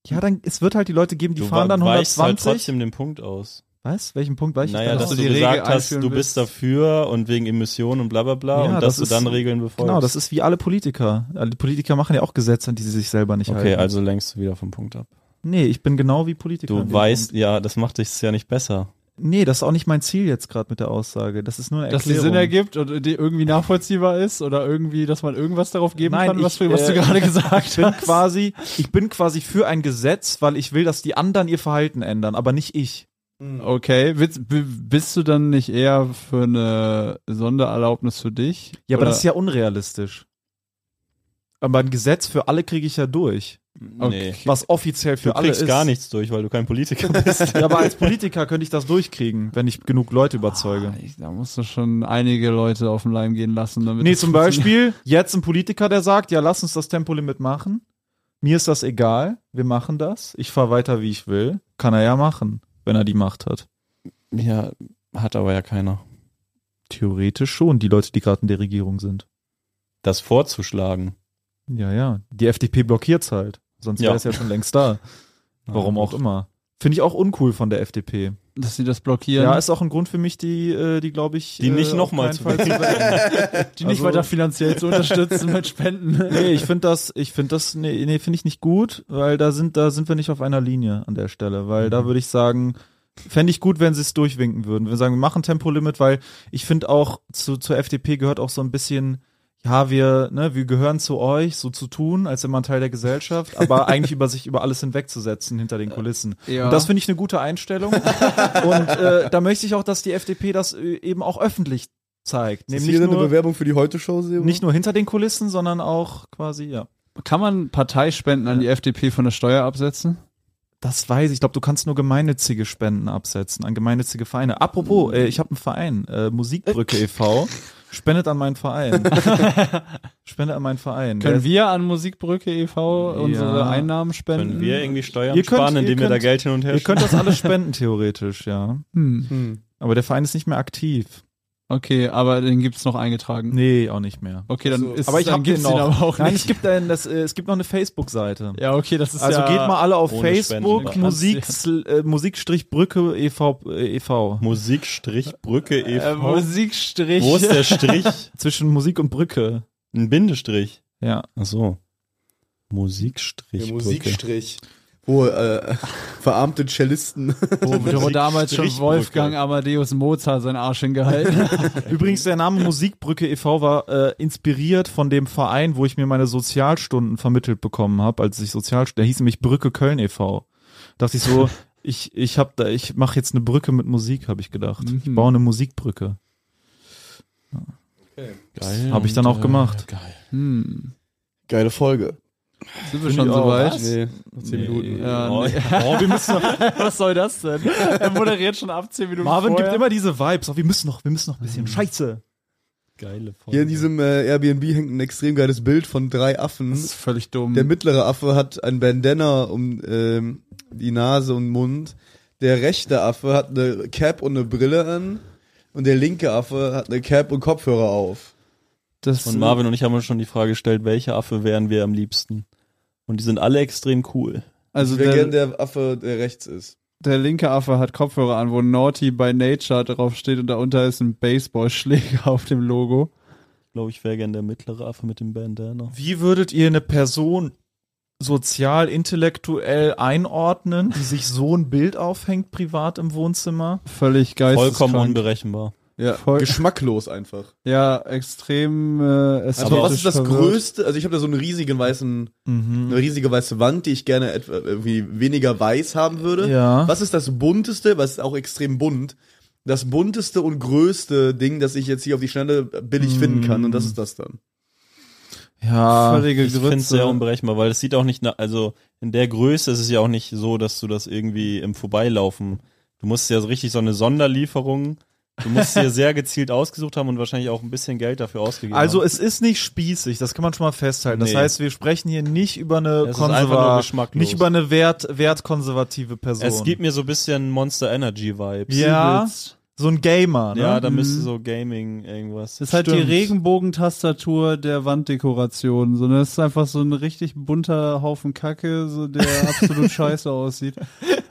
E: Ja, dann, es wird halt die Leute geben, die
B: Du
E: fahren dann
B: weichst
E: 120.
B: halt trotzdem den Punkt aus.
E: Was? Welchen Punkt war ich?
B: Naja,
E: jetzt
B: dass
C: dass
B: du
E: gerade?
C: du die
B: gesagt
C: Regel
B: hast, du
C: einführen willst.
B: bist dafür und wegen Emissionen und bla bla bla und
E: Ja, das
B: dass du
E: ist-
B: dann Regeln befolgst.
E: genau, das ist wie alle Politiker. Alle Politiker machen ja auch Gesetze, an die sie sich selber nicht halten.
B: Okay, also lenkst du wieder vom Punkt ab.
E: Nee, ich bin genau wie Politiker.
B: Du
E: an dem
B: weißt,
E: Punkt.
B: ja, das macht dich ja nicht besser.
E: Nee, das ist auch nicht mein Ziel jetzt gerade mit der Aussage. Das ist nur eine
C: dass die
E: Erklärung.
C: Sinn ergibt und die irgendwie nachvollziehbar ist oder irgendwie, dass man irgendwas darauf geben
E: Nein,
C: kann, was,
E: ich,
C: du- was du
E: äh,
C: gerade gesagt
E: Ich bin
C: hast.
E: quasi, ich bin quasi für ein Gesetz, weil ich will, dass die anderen ihr Verhalten ändern, aber nicht ich.
C: Okay, willst- b- bist du dann nicht eher für eine Sondererlaubnis für dich?
E: Ja, aber
C: Oder-
E: das ist ja unrealistisch. Aber ein Gesetz für alle kriege ich ja durch,
B: Nee.
C: Okay.
E: was offiziell für
B: Du
E: alle
B: kriegst
E: ist.
B: gar nichts durch, weil du kein Politiker bist.
E: Ja, aber als Politiker könnte ich das durchkriegen, wenn ich genug Leute überzeuge.
C: Ah, ich- Da musst du schon einige Leute auf den Leim gehen lassen. Damit
E: Nee,
C: das
E: zum
C: funktioniert.
E: Beispiel jetzt ein Politiker, der sagt, ja, lass uns das Tempolimit machen. Mir ist das egal, wir machen das. Ich fahre weiter, wie ich will. Kann er ja machen, wenn er die Macht hat.
B: ja, hat aber ja keiner.
E: Theoretisch schon, die Leute, die gerade in der Regierung sind.
B: Das vorzuschlagen.
E: Ja, ja. Die FDP blockiert's halt. Sonst
B: Ja.
E: wäre es ja schon längst da. Warum auch immer. Finde ich auch uncool von der FDP.
C: Dass sie das
E: Ja,
C: blockieren.
E: ist auch ein Grund für mich, die, äh, die glaube ich.
B: Die nicht
E: äh,
B: noch
E: auf
B: mal
E: keinen
B: zu
E: Fall wählen.
C: die nicht
E: also-
C: weiter finanziell zu unterstützen mit Spenden.
E: Nee, ich finde das, ich finde das, nee, nee finde ich nicht gut, weil da sind, da sind wir nicht auf einer Linie an der Stelle, weil da würde ich sagen, fände ich gut, wenn sie es durchwinken würden. Wir sagen, wir machen Tempolimit, weil ich finde auch zu, zur FDP gehört auch so ein bisschen, ja, wir, ne, wir gehören zu euch, so zu tun, als wäre man Teil der Gesellschaft, aber eigentlich über sich, über alles hinwegzusetzen hinter den Kulissen.
C: Ja.
E: Und das finde ich eine gute Einstellung. Und äh, da möchte ich auch, dass die FDP das äh, eben auch öffentlich zeigt.
D: Ist
E: Nämlich
D: hier eine
E: nur,
D: Bewerbung für die Heute-Show, Sebo?
E: nicht nur hinter den Kulissen, sondern auch quasi, ja.
C: Kann man Parteispenden an die FDP von der Steuer absetzen?
E: Das weiß ich. Ich glaube, du kannst nur gemeinnützige Spenden absetzen an gemeinnützige Vereine. Apropos,
A: Hm.
E: äh, ich habe einen Verein, äh, Musikbrücke e.V. Spendet an meinen Verein. Spendet an meinen Verein.
C: Können
E: Der-
C: wir an Musikbrücke e.V. unsere
E: Ja.
C: Einnahmen spenden?
B: Können wir irgendwie Steuern
E: Mm, Ihr könnt-
B: sparen,
E: ihr
B: indem wir da
E: könnt-
B: Geld hin und her
E: Ihr könnt das alles spenden, theoretisch, ja.
C: Hm.
D: Hm.
E: Aber der Verein ist nicht mehr aktiv.
C: Okay, aber den gibt's noch eingetragen.
E: Nee, auch nicht mehr.
C: Okay, dann
D: Also,
C: ist
E: Hm. Aber ich
C: dann
E: hab den
C: gibt's den
E: noch.
C: aber auch
E: Nein, es
C: nicht.
E: gibt, ein, das, äh, es gibt noch eine Facebook-Seite.
C: Ja, okay, das ist
E: Also
C: ja
E: geht mal alle auf
B: ohne
E: Facebook,
B: Spenden.
E: Musik, äh, Musik-Brücke e.V. Äh, e.V.
B: Musikstrich-Brücke
E: Ähm, E
C: äh,
B: e.V.
C: Musikstrich.
B: e Wo ist der Strich?
E: Zwischen Musik und Brücke.
B: Ein Bindestrich.
E: Ja.
B: Ach so.
D: Der
B: Musikstrich.
D: Musikstrich. Wo äh, verarmte Cellisten.
C: Wo, wo damals schon
B: Musikstrich-Brücke.
C: Wolfgang Amadeus Mozart seinen Arsch hingehalten hat.
E: Übrigens, der Name Musikbrücke e.V. war äh, inspiriert von dem Verein, wo ich mir meine Sozialstunden vermittelt bekommen habe, als ich Sozialstunden, der hieß nämlich Brücke Köln e.V. Dachte ich so, ich, ich hab da, ich mache jetzt eine Brücke mit Musik, habe ich gedacht. Ich
C: Mhm.
E: baue eine Musikbrücke.
B: Geil.
E: Hab ich dann auch gemacht.
B: Geil.
C: Hm.
D: Geile Folge.
C: Sind wir schon
E: ich auch.
C: soweit?
D: Nee, noch zehn
E: Nee.
D: Minuten.
C: Ja,
B: Oh,
C: nee.
B: oh, wir müssen
C: Was soll das denn? Er moderiert schon ab 10 Minuten
E: Marvin
C: vorher.
E: gibt immer diese Vibes, auch wir müssen noch, wir müssen noch ein bisschen Scheiße.
B: Geile Folge.
D: Hier in diesem äh, Airbnb hängt ein extrem geiles Bild von drei Affen.
C: Das ist völlig dumm.
D: Der mittlere Affe hat ein Bandana um ähm, die Nase und Mund. Der rechte Affe hat eine Cap und eine Brille an. Und der linke Affe hat eine Cap und Kopfhörer auf.
C: das,
B: Und Marvin und ich haben uns schon die Frage gestellt, welche Affe wären wir am liebsten? Und die sind alle extrem cool.
C: also
D: Ich wäre
C: der,
D: gern
C: der,
D: der Affe, der rechts ist.
C: linke Affe hat Kopfhörer an, wo Naughty by Nature drauf steht und darunter ist ein Baseballschläger auf dem Logo.
B: Ich glaube, ich wäre gern der mittlere Affe mit dem Bandana.
E: Wie würdet ihr eine Person sozial, intellektuell einordnen, die sich so ein Bild aufhängt, privat im Wohnzimmer?
C: Völlig geisteskrank.
B: Vollkommen unberechenbar.
D: Ja,
C: Voll-
D: geschmacklos einfach.
C: Ja, extrem äh,
D: Aber was
C: ästhetisch
D: ist das
C: verwirrt.
D: Größte? Also ich habe da so einen riesigen weißen, eine riesige weiße Wand, die ich gerne etwa irgendwie weniger weiß haben würde.
E: Ja.
D: Was ist das bunteste? Was ist auch extrem bunt? das bunteste und größte Ding, das ich jetzt hier auf die Schnelle billig finden kann. Und das ist das dann.
C: Ja,
B: Ich finde es sehr unberechenbar, weil es sieht auch nicht, na, also in der Größe ist es ja auch nicht so, dass du das irgendwie im Vorbeilaufen. Du musst ja so richtig so eine Sonderlieferung. Du musst dir sehr gezielt ausgesucht haben und wahrscheinlich auch ein bisschen Geld dafür ausgegeben
A: Also
B: haben.
A: es ist nicht spießig, das kann man schon mal festhalten. Das
B: Nee.
A: heißt, wir sprechen hier nicht über eine
B: Es ist einfach nur
A: konserva
B: geschmacklos.
A: nicht über eine wert wertkonservative Person.
B: es gibt mir so ein bisschen Monster Energy Vibes.
A: ja so ein Gamer, ne?
B: Ja, da
C: Mhm.
B: müsste so Gaming irgendwas.
C: Das ist halt
A: Stimmt.
C: die Regenbogentastatur der Wanddekoration. So, ne? das ist einfach so ein richtig bunter Haufen Kacke, so der absolut scheiße aussieht.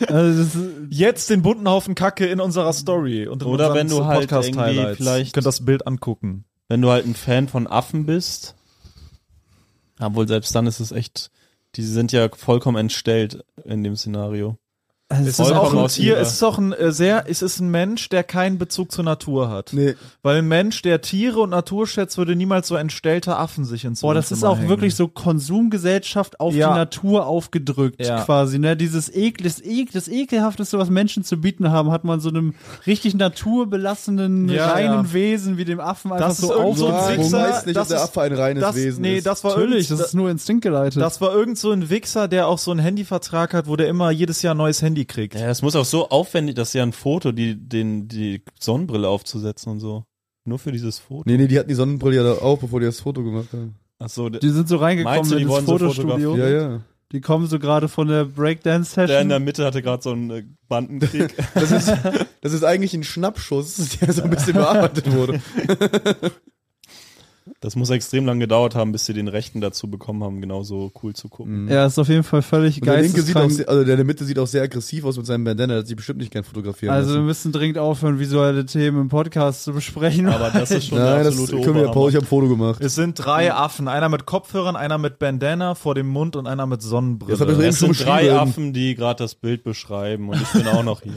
C: Also das ist,
A: Jetzt den bunten Haufen Kacke in unserer Story und in
B: Oder
A: unseren
B: wenn du halt
A: Podcast-Highlights.
B: irgendwie vielleicht-
A: Ihr könnt das Bild angucken.
B: Wenn du halt ein Fan von Affen bist, obwohl selbst dann ist es echt, die sind ja vollkommen entstellt in dem Szenario.
A: Es ist
B: vollkommen
A: auch ein
B: aus
A: Tier,
B: ihrer-
A: es ist auch ein äh, sehr, es ist ein Mensch, der keinen Bezug zur Natur hat.
D: Nee,
A: Weil ein Mensch, der Tiere und Natur schätzt, würde niemals so entstellte Affen sich ins
C: Boah, das ist
A: Wohnzimmer
C: auch
A: hängen.
C: wirklich so Konsumgesellschaft auf
A: Ja.
C: die Natur aufgedrückt
A: Ja.
C: quasi. Ne? Dieses Ekel, das, Ekel, das Ekelhafteste, was Menschen zu bieten haben, hat man so einem richtig naturbelassenen,
A: Ja,
C: reinen
A: ja.
C: Wesen wie dem Affen einfach
A: Das ist
C: so
A: irgend so ein
C: aufgedrückt.
D: ich
A: Wichser,
D: weiß nicht,
A: das
D: ob der
A: ist-
D: Affe ein reines
A: das,
D: Wesen
A: nee,
D: ist.
A: das war
C: Natürlich, das
A: irgend-
C: ist nur instinktgeleitet.
A: Das war irgend so ein Wichser, der auch so einen Handyvertrag hat, wo der immer jedes Jahr ein neues Handy kriegt.
B: Ja, das muss auch so aufwendig, das ist ja ein Foto, die, den, die Sonnenbrille aufzusetzen und so. Nur für dieses Foto.
D: nee, nee, die hatten die Sonnenbrille ja da auch, bevor die das Foto gemacht haben.
B: Ach so, der,
C: die sind so reingekommen
B: Meinst du, die
C: in das
B: wurden so
C: Fotostudio.
D: Ja, ja.
C: Die kommen so gerade von der
B: der in
C: Breakdance-Session.
B: der Mitte hatte gerade so einen äh, Bandenkrieg.
D: Das ist, das ist eigentlich ein Schnappschuss, der so ein bisschen bearbeitet wurde.
B: Das muss extrem lang gedauert haben, bis sie den Rechten dazu bekommen haben, genauso cool zu gucken.
A: ne.
C: Ja, ist auf jeden Fall völlig
D: Und der linke sieht
C: geisteskrank.
D: auch, se- also der in der Mitte sieht auch sehr aggressiv aus mit seinem Bandana, das hat sie bestimmt nicht gern fotografieren
C: Also wir
D: lassen.
C: müssen dringend aufhören, visuelle Themen im Podcast zu besprechen.
B: Aber das ist schon
D: Nein,
B: der
D: das
B: absolute
D: können wir ja Paul, ich habe ein Foto gemacht.
A: Es sind drei Affen, einer mit Kopfhörern, einer mit Bandana vor dem Mund und einer mit Sonnenbrille.
D: Das hab ich eben
B: Es
D: schon
B: sind drei
D: beschrieben.
B: Affen, die gerade das Bild beschreiben und ich bin auch noch hier.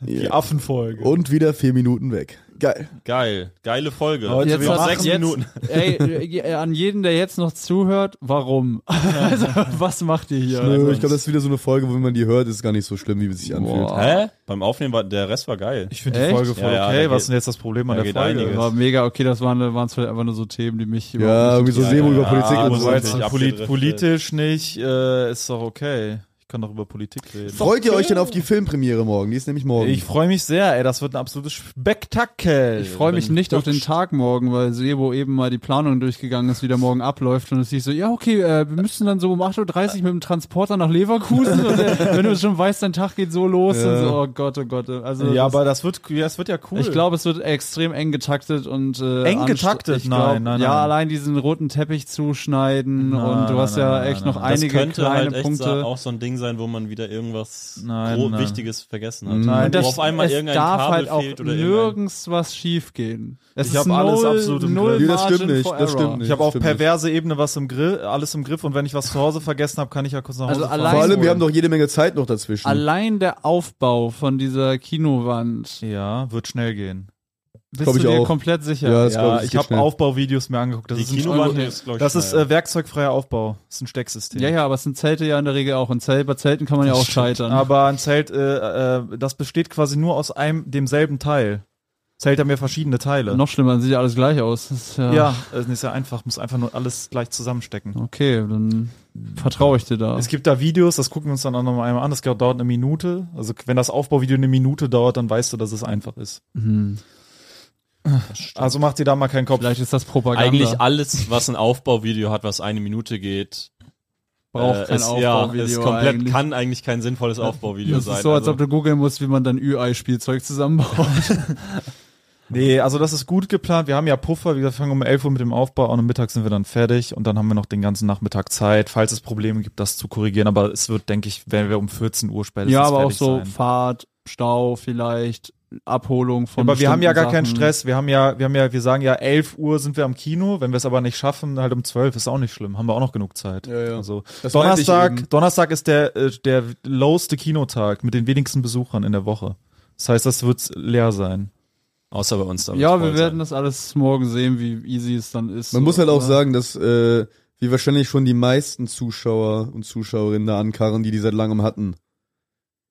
A: die Affenfolge.
D: Und wieder vier Minuten weg. Geil.
B: Geil, geile Folge.
A: Heute
B: Jetzt
A: wir
B: noch
A: machen
B: sechs
C: jetzt,
B: Minuten.
C: Ey, äh, an jeden, der jetzt noch zuhört, warum? Also, was macht ihr hier?
D: Nö,
C: Also,
D: ich glaube, das ist wieder so eine Folge, wo wenn man die hört, ist es gar nicht so schlimm, wie es sich anfühlt.
C: Boah.
B: Hä? Beim Aufnehmen war der Rest war geil.
A: Ich finde die
C: Echt?
A: Folge voll
B: Ja, ja,
A: okay.
B: da
A: Was
B: geht-
A: ist denn jetzt das Problem an
B: da
A: der
B: geht
A: Folge?
B: einiges.
C: war mega okay, das waren, waren vielleicht einfach nur so Themen, die mich
D: Ja,
C: überhaupt
D: irgendwie
C: nicht
D: so
B: Ja,
D: Sebo
B: ja,
D: über
B: ja.
D: Politik
B: Ah,
D: und
B: wo
D: so
A: Aber
B: seid
D: weiter.
A: jetzt
B: Richtig
A: polit
B: abgedriftet.
A: politisch nicht, äh, ist doch okay. Ich kann doch über Politik reden.
D: Freut ihr euch denn auf die Filmpremiere morgen? Die ist nämlich morgen.
A: Ich freue mich sehr, ey. Das wird ein absolutes Spektakel.
C: Ich freue mich
A: Bin
C: nicht auf den
A: wirklich-
C: Tag morgen, weil Sebo eben mal die Planung durchgegangen ist, wie der morgen abläuft. Und es hieß so, ja, okay, äh, wir müssen dann so um 8.30 Uhr mit dem Transporter nach Leverkusen. und, äh, wenn du es schon weißt, dein Tag geht so los. Und so, oh Gott, oh Gott. Also,
A: Ja,
C: das-
A: aber das wird, ja, das wird ja cool.
C: Ich glaube, es wird extrem eng getaktet und äh,
A: Eng
C: anst-
A: getaktet?
C: Ich glaub,
A: Nein, nein,
C: Ja,
A: nein.
C: allein diesen roten Teppich zuschneiden
A: Nein,
C: und du
A: nein,
C: hast ja
A: nein,
C: echt
A: nein,
C: noch
A: nein.
B: Das
C: einige
B: könnte
C: kleine
B: halt echt sa-
C: Punkte.
B: auch so ein Ding sein, wo man wieder irgendwas
A: Nein,
B: gro-
A: nein.
B: Wichtiges vergessen hat.
A: Nein,
B: wo
A: das-
B: auf einmal
C: es
B: irgendein
C: darf
B: Kabel
C: halt auch
B: fehlt oder irgendein
C: nirgends was schief gehen. Es
A: Ich hab alles absolut im
C: null
D: Griff. Nee, das stimmt
C: Margin
D: nicht,
C: for
D: das
C: error.
D: stimmt nicht.
A: Ich habe auch
D: Stimmt nicht.
A: perverse Ebene was im Griff, alles im Griff und wenn ich was zu Hause vergessen habe, kann ich ja kurz nach Hause
C: Also allein-
A: fahren.
D: Vor allem,
C: Holen.
D: wir haben doch jede Menge Zeit noch dazwischen.
C: Allein der Aufbau von dieser Kinowand,
A: Ja, wird schnell gehen.
C: bist
D: Glaub
C: du
D: ich
C: dir
D: auch.
C: komplett sicher?
D: Ja, das- glaub
A: Ja,
D: ich,
A: ich
D: geht
A: habe
D: schnell.
A: Aufbauvideos mir angeguckt. Das
B: Die
A: ist ein
B: Kinowand
A: Euro-
B: ist, glaub ich,
A: Das ist
B: schnell.
A: äh, werkzeugfreier Aufbau. Das ist ein Stecksystem.
C: ja, ja, aber es sind Zelte ja in der Regel auch. Und Zelt, bei Zelten kann man ja auch scheitern.
A: Aber ein Zelt, äh, äh, das besteht quasi nur aus einem demselben Teil. Zelt haben ja verschiedene Teile.
C: noch schlimmer, dann sieht ja alles gleich aus. Das ist ja,
A: Ja, äh, ist ja einfach, muss einfach nur alles gleich zusammenstecken.
C: Okay, dann vertraue ich dir da.
A: Es gibt da Videos, das gucken wir uns dann auch nochmal einmal an. Das dauert eine Minute. Also wenn das Aufbauvideo eine Minute dauert, dann weißt du, dass es einfach ist.
C: Hm.
A: Also mach dir da mal keinen Kopf.
C: Vielleicht ist das Propaganda.
A: äh,
B: Eigentlich alles, was ein Aufbauvideo hat, was eine Minute geht, äh,
C: braucht kein
B: ist, ja,
C: Aufbauvideo
B: ist komplett,
C: eigentlich.
B: kann eigentlich kein sinnvolles Aufbauvideo
C: das
B: sein.
C: ist so, als
B: also,
C: ob du googeln musst, wie man dann UI-Spielzeug zusammenbaut.
A: Nee, also das ist gut geplant. Wir haben ja Puffer. Wir fangen um 11 Uhr mit dem Aufbau an und mittags sind wir dann fertig. Und dann haben wir noch den ganzen Nachmittag Zeit, falls es Probleme gibt, das zu korrigieren. Aber es wird, denke ich, werden wir um 14 Uhr spätestens
C: ja, aber auch
A: fertig
C: so
A: sein.
C: Fahrt, Stau vielleicht, Abholung von
A: Aber wir haben ja gar
C: bestimmten
A: keinen
C: Sachen.
A: Stress. Wir haben ja, wir haben ja, wir sagen ja, 11 Uhr sind wir am Kino. Wenn wir es aber nicht schaffen, halt um 12 ist auch nicht schlimm. Haben wir auch noch genug Zeit.
D: Ja, ja.
A: Also
D: Das meinte ich eben.
A: Donnerstag, Donnerstag ist der, äh, der lowste Kinotag mit den wenigsten Besuchern in der Woche. Das heißt, das wird leer sein.
B: außer bei uns da
C: Ja,
B: wird's
C: wir
B: voll
C: werden das alles morgen sehen, wie easy es dann ist.
D: Man muss halt auch
C: oder?
D: sagen, dass äh, wir wahrscheinlich schon die meisten Zuschauer und Zuschauerinnen da ankarren, die die seit langem hatten.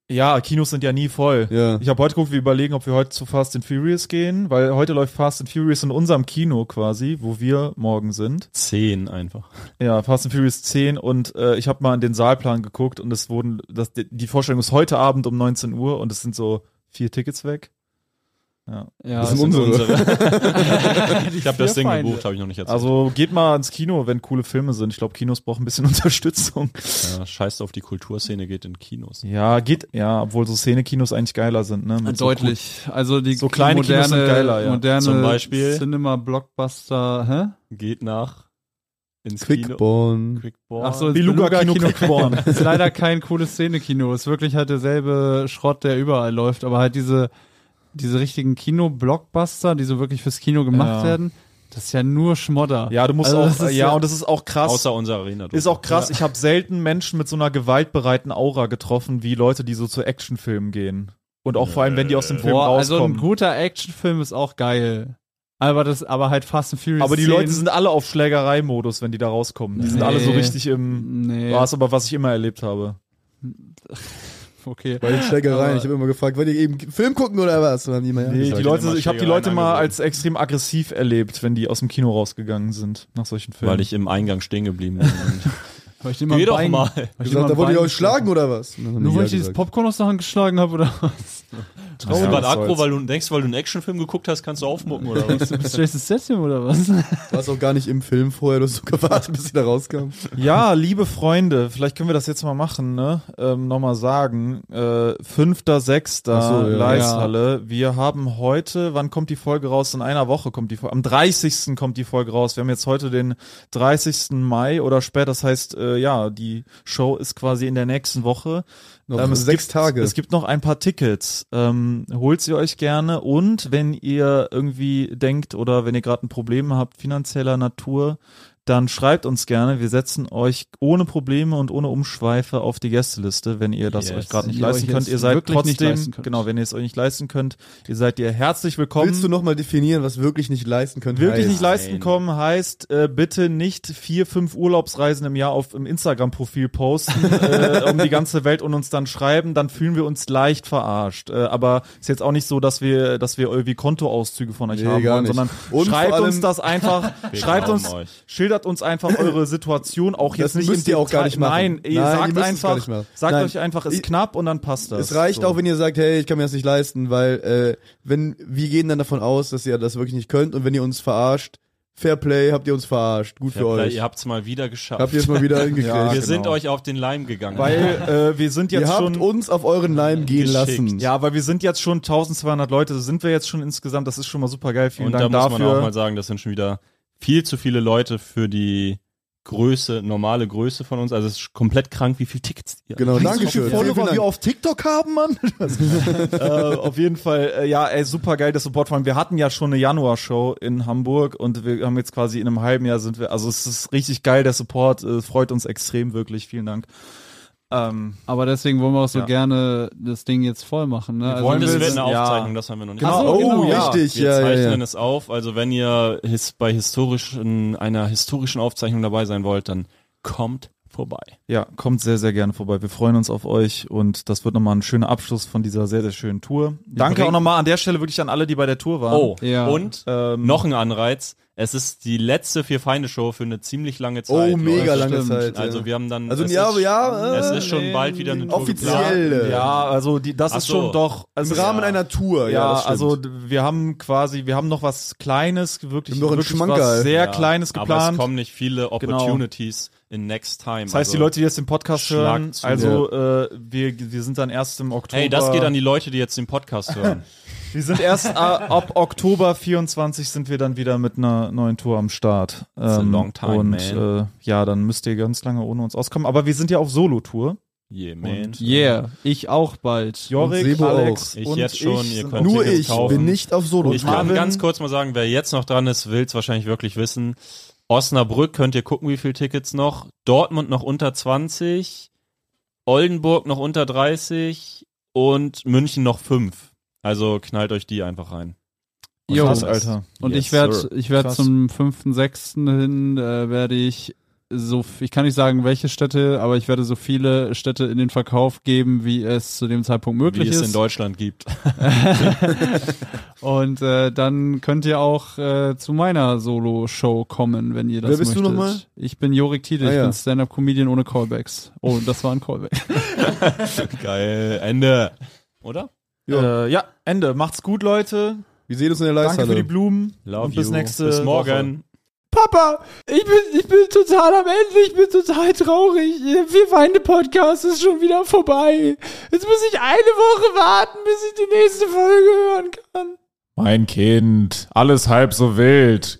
A: Ja, Kinos sind ja nie voll.
D: Ja.
A: Ich habe heute geguckt, wir überlegen, ob wir heute zu Fast and Furious gehen, weil heute läuft Fast and Furious in unserem Kino quasi, wo wir morgen sind.
B: Zehn einfach.
A: Ja, Fast and Furious 10 und äh, ich habe mal in den Saalplan geguckt und es wurden, das, die die Vorstellung ist heute Abend um 19 Uhr und es sind so vier Tickets weg.
C: Ja,
D: Das sind
C: also-
D: unsere.
B: ich habe das
C: vier
B: Ding
C: Feinde.
B: gebucht, habe ich noch nicht erzählt.
A: Also geht mal ins Kino, wenn coole Filme sind. Ich glaube, Kinos brauchen ein bisschen Unterstützung.
B: ja, scheiß auf die Kulturszene, geht in Kinos.
A: Ja, geht, ja, obwohl so Szene-Kinos eigentlich geiler sind, ne? Mit so
C: Deutlich. Also die
A: So kleine Kinos
C: moderne,
A: sind geiler, ja.
C: moderne
B: Zum Beispiel-
C: Cinema Blockbuster, hä?
B: Geht nach ins Kino.
D: Quickborn.
B: Quickborn.
C: Ach so, das
A: Beluga Kino
C: Beluga-Kino.
A: Quickborn.
C: ist leider kein cooles Szene-Kino. Ist wirklich halt derselbe Schrott, der überall läuft. Aber halt diese, diese richtigen Kino-Blockbuster, die so wirklich fürs Kino gemacht
A: Ja.
C: werden, das ist ja nur Schmodder.
A: Ja, du musst
C: Also das
A: auch,
C: ist
A: ja, und das ist auch krass.
B: Außer unserer Arena. du.
A: ist auch krass, ich habe selten Menschen mit so einer gewaltbereiten Aura getroffen, wie Leute, die so zu Actionfilmen gehen. Und auch vor allem, wenn die aus dem Film
C: Boah, also ein
A: rauskommen.
C: guter Actionfilm ist auch geil. Aber das, aber halt Fast and Furious.
A: aber die Leute
C: 10,
A: sind alle auf Schlägerei-Modus, wenn die da rauskommen. Die sind alle so
C: Nee.
A: richtig im.
C: Nee,
A: War es aber, was ich immer erlebt habe.
C: okay.
D: Bei den Schlägereien. Ich habe immer gefragt, wollt ihr eben Film gucken oder was? Und dann haben die immer, ja,
A: Nee,
B: hab
A: die
B: ich
A: Leute,
B: immer
A: ich habe die
B: Schlägereien
A: Leute mal
B: angeboten.
A: als extrem aggressiv erlebt, wenn die aus dem Kino rausgegangen sind, nach solchen Filmen.
B: Weil ich im Eingang stehen geblieben bin.
C: Weil ich dir mal
B: Geh
C: ein
B: doch
C: Bein-
B: mal.
C: weil ich dir mal
D: gesagt, da
C: ein
D: wollt ihr
C: Bein
D: euch schlagen oder was? Und dann haben
C: Nur
D: die
C: weil
D: ja
C: ich dieses
D: gesagt.
C: Popcorn aus der Hand geschlagen habe, oder was?
B: Bist du
A: Ja,
B: gerade
A: was
B: aggro,
A: soll's.
B: weil du denkst, weil du einen Actionfilm geguckt hast, kannst du aufmucken oder was?
C: Bist du Jason Statham oder was?
D: Du warst auch gar nicht im Film vorher, du hast so gewartet, bis sie da rauskam.
A: Ja, liebe Freunde, vielleicht können wir das jetzt mal machen, ne? Ähm, Nochmal sagen. Äh, 5.6.
D: Ach so, ja.
A: Leishalle. Wir haben heute, wann kommt die Folge raus? In einer Woche kommt die Folge. Am 30. kommt die Folge raus. Wir haben jetzt heute den 30. Mai oder später. Das heißt, äh, ja, die Show ist quasi in der nächsten Woche.
D: Noch
A: Ähm, es
D: sechs
A: gibt,
D: Tage.
A: Es gibt noch ein paar Tickets. Ähm, holt sie euch gerne. Und wenn ihr irgendwie denkt oder wenn ihr gerade ein Problem habt, finanzieller Natur, dann schreibt uns gerne. Wir setzen euch ohne Probleme und ohne Umschweife auf die Gästeliste, wenn ihr das
B: Yes.
A: euch gerade nicht
C: Wenn ihr
A: leisten
C: euch
A: könnt.
C: jetzt
A: Ihr seid
C: wirklich nicht
A: trotzdem,
C: leisten könnt.
A: genau, wenn ihr es euch nicht leisten könnt, ihr seid ihr herzlich willkommen.
D: Willst du nochmal definieren, was wirklich nicht leisten könnt?
A: Wirklich nicht
D: leisten.
A: leisten kommen heißt, äh, bitte nicht vier, fünf Urlaubsreisen im Jahr auf im Instagram-Profil posten, äh, um die ganze Welt und uns dann schreiben, dann fühlen wir uns leicht verarscht. Äh, aber ist jetzt auch nicht so, dass wir, dass wir irgendwie Kontoauszüge von euch
D: Nee,
A: haben
D: gar
A: wollen,
D: nicht.
A: sondern
D: Und
A: schreibt
D: vor allem-
A: uns das einfach, schreibt
B: glauben
A: uns,
B: euch.
A: schildert uns einfach eure Situation, auch jetzt nicht
D: müsst
A: im
D: ihr auch gar
A: Detail.
D: nicht machen.
A: Nein, ihr
D: Nein, ihr
A: sagt
D: müsst es gar
A: einfach,
D: nicht machen.
A: sagt
D: Nein.
A: euch einfach, ist
D: Ich-
A: knapp und dann passt das.
D: Es reicht
A: So.
D: auch, wenn ihr sagt, hey, ich kann mir das nicht leisten, weil äh, wenn wir gehen dann davon aus, dass ihr das wirklich nicht könnt und wenn ihr uns verarscht, Fair Play, habt ihr uns verarscht, gut für
B: Ja,
D: euch.
B: ihr habt's mal wieder geschafft.
D: habt ihr es mal wieder hingekriegt.
A: Ja,
B: wir
A: genau.
B: sind euch auf den Leim gegangen.
A: weil äh, wir sind
D: ihr
A: jetzt
D: habt
A: schon
D: uns auf euren Leim gehen
B: Geschickt.
D: lassen.
A: Ja, aber wir sind jetzt schon 1200 Leute, sind wir jetzt schon insgesamt, das ist schon mal super geil. Vielen
B: und da
A: Dank
B: muss man auch mal
A: dafür.
B: sagen, das sind schon wieder viel zu viele Leute für die Größe, normale Größe von uns. Also es ist komplett krank, wie viel Tickets ihr
D: Genau, danke schön.
A: auf TikTok haben, Mann. äh, auf jeden Fall, äh, ja, ey, super geil, das Support. Vor allem, wir hatten ja schon eine Januar-Show in Hamburg und wir haben jetzt quasi in einem halben Jahr sind wir, also es ist richtig geil, der Support, äh, freut uns extrem, wirklich. Vielen Dank. Ähm,
C: Aber deswegen wollen wir auch so
A: Ja.
C: gerne das Ding jetzt voll machen. Ne? Also
B: Und es
C: wir-
B: wird eine
A: ja.
B: Aufzeichnung, das haben wir noch nicht.
C: Ach so,
B: gesagt.
C: genau,
D: Oh,
C: ja.
D: richtig,
B: Wir
D: ja, ja,
B: zeichnen
D: ja.
B: es auf. Also wenn ihr his bei historischen, einer historischen Aufzeichnung dabei sein wollt, dann kommt vorbei.
A: ja, kommt sehr, sehr gerne vorbei. Wir freuen uns auf euch und das wird nochmal ein schöner Abschluss von dieser sehr, sehr schönen Tour. Danke auch
B: bringen-
A: nochmal an der Stelle wirklich an alle, die bei der Tour
D: Ah,
A: waren.
B: Oh,
C: Ja.
B: und
A: Ähm,
B: noch ein Anreiz. Es ist die letzte Vier-Feinde-Show für eine ziemlich lange Zeit.
D: Oh, mega
B: Leute.
D: lange
C: stimmt.
D: Zeit. ja.
B: Also wir haben dann.
D: also
B: es
D: ja,
B: ist,
D: ja, äh,
B: Es ist schon bald wieder eine Tour geplant.
D: offiziell.
A: Ja, also die, das
B: Oh, Ach
A: ist
B: so.
A: schon doch
D: Im
A: also
D: Rahmen
A: ja,
D: einer Tour, ja,
A: Ja,
D: das stimmt.
A: also d- wir haben quasi, wir haben noch was Kleines, wirklich,
D: Wir haben noch einen
A: wirklich was
D: Schmankerl.
A: sehr
B: Ja,
A: Kleines
B: Aber es
A: geplant. Genau.
B: kommen nicht viele Opportunities in next time. Also
A: das heißt, die Leute, die jetzt den Podcast
B: Schlag
A: hören,
B: zu.
A: also äh, wir, wir sind dann erst im Oktober.
B: Hey, das geht an die Leute, die jetzt den Podcast hören.
A: Wir sind erst äh, ab Oktober 24 sind wir dann wieder mit einer neuen Tour am Start.
B: It's a long time,
A: Ähm, und
B: man.
A: Äh, ja, dann müsst ihr ganz lange ohne uns auskommen. Aber wir sind ja auf Solo-Tour.
B: Yeah, man.
C: Yeah, ich auch bald.
A: Jorik,
D: Sebo
A: Alex
D: auch.
B: Ich
A: und
B: jetzt schon,
A: ich
B: ihr
A: sind
B: könnt
A: auf
D: nur
A: Tickets
D: ich
A: kaufen.
D: bin nicht auf Solo.
B: Ich
A: Marvin-
B: kann ganz kurz mal sagen, wer jetzt noch dran ist, will es wahrscheinlich wirklich wissen. Osnabrück könnt ihr gucken, wie viele Tickets noch. Dortmund noch unter 20. Oldenburg noch unter 30. Und München noch 5. Also knallt euch die einfach rein.
C: Jo.
A: Krass, Alter.
C: Und
B: Yes,
C: ich werde
B: sir.
C: ich werd
A: Krass.
C: zum 5.6. hin, äh, werde ich so, ich kann nicht sagen, welche Städte, aber ich werde so viele Städte in den Verkauf geben, wie es zu dem Zeitpunkt
B: wie
C: möglich
B: es
C: ist.
B: in Deutschland gibt.
C: Und äh, dann könnt ihr auch äh, zu meiner Solo-Show kommen, wenn ihr das
D: Wer bist du
C: möchtet.
D: nochmal?
C: Ich bin Jorik Tiede,
D: Ah,
C: ich
D: ja.
C: bin Stand-Up-Comedian ohne Callbacks. Oh, das war ein Callback.
B: Geil, Ende. Oder?
A: Ja. Äh, ja, Ende. Macht's gut, Leute.
D: Wir sehen uns in der
A: Danke für die
D: Leisthalle.
A: Blumen.
B: Love
A: Und bis
B: you.
A: nächste
B: bis morgen.
C: Papa, ich bin, ich bin total am Ende, ich bin total traurig. Wir weinen Podcast ist schon wieder vorbei. Jetzt muss ich eine Woche warten, bis ich die nächste Folge hören kann.
A: Mein Kind, alles halb so wild.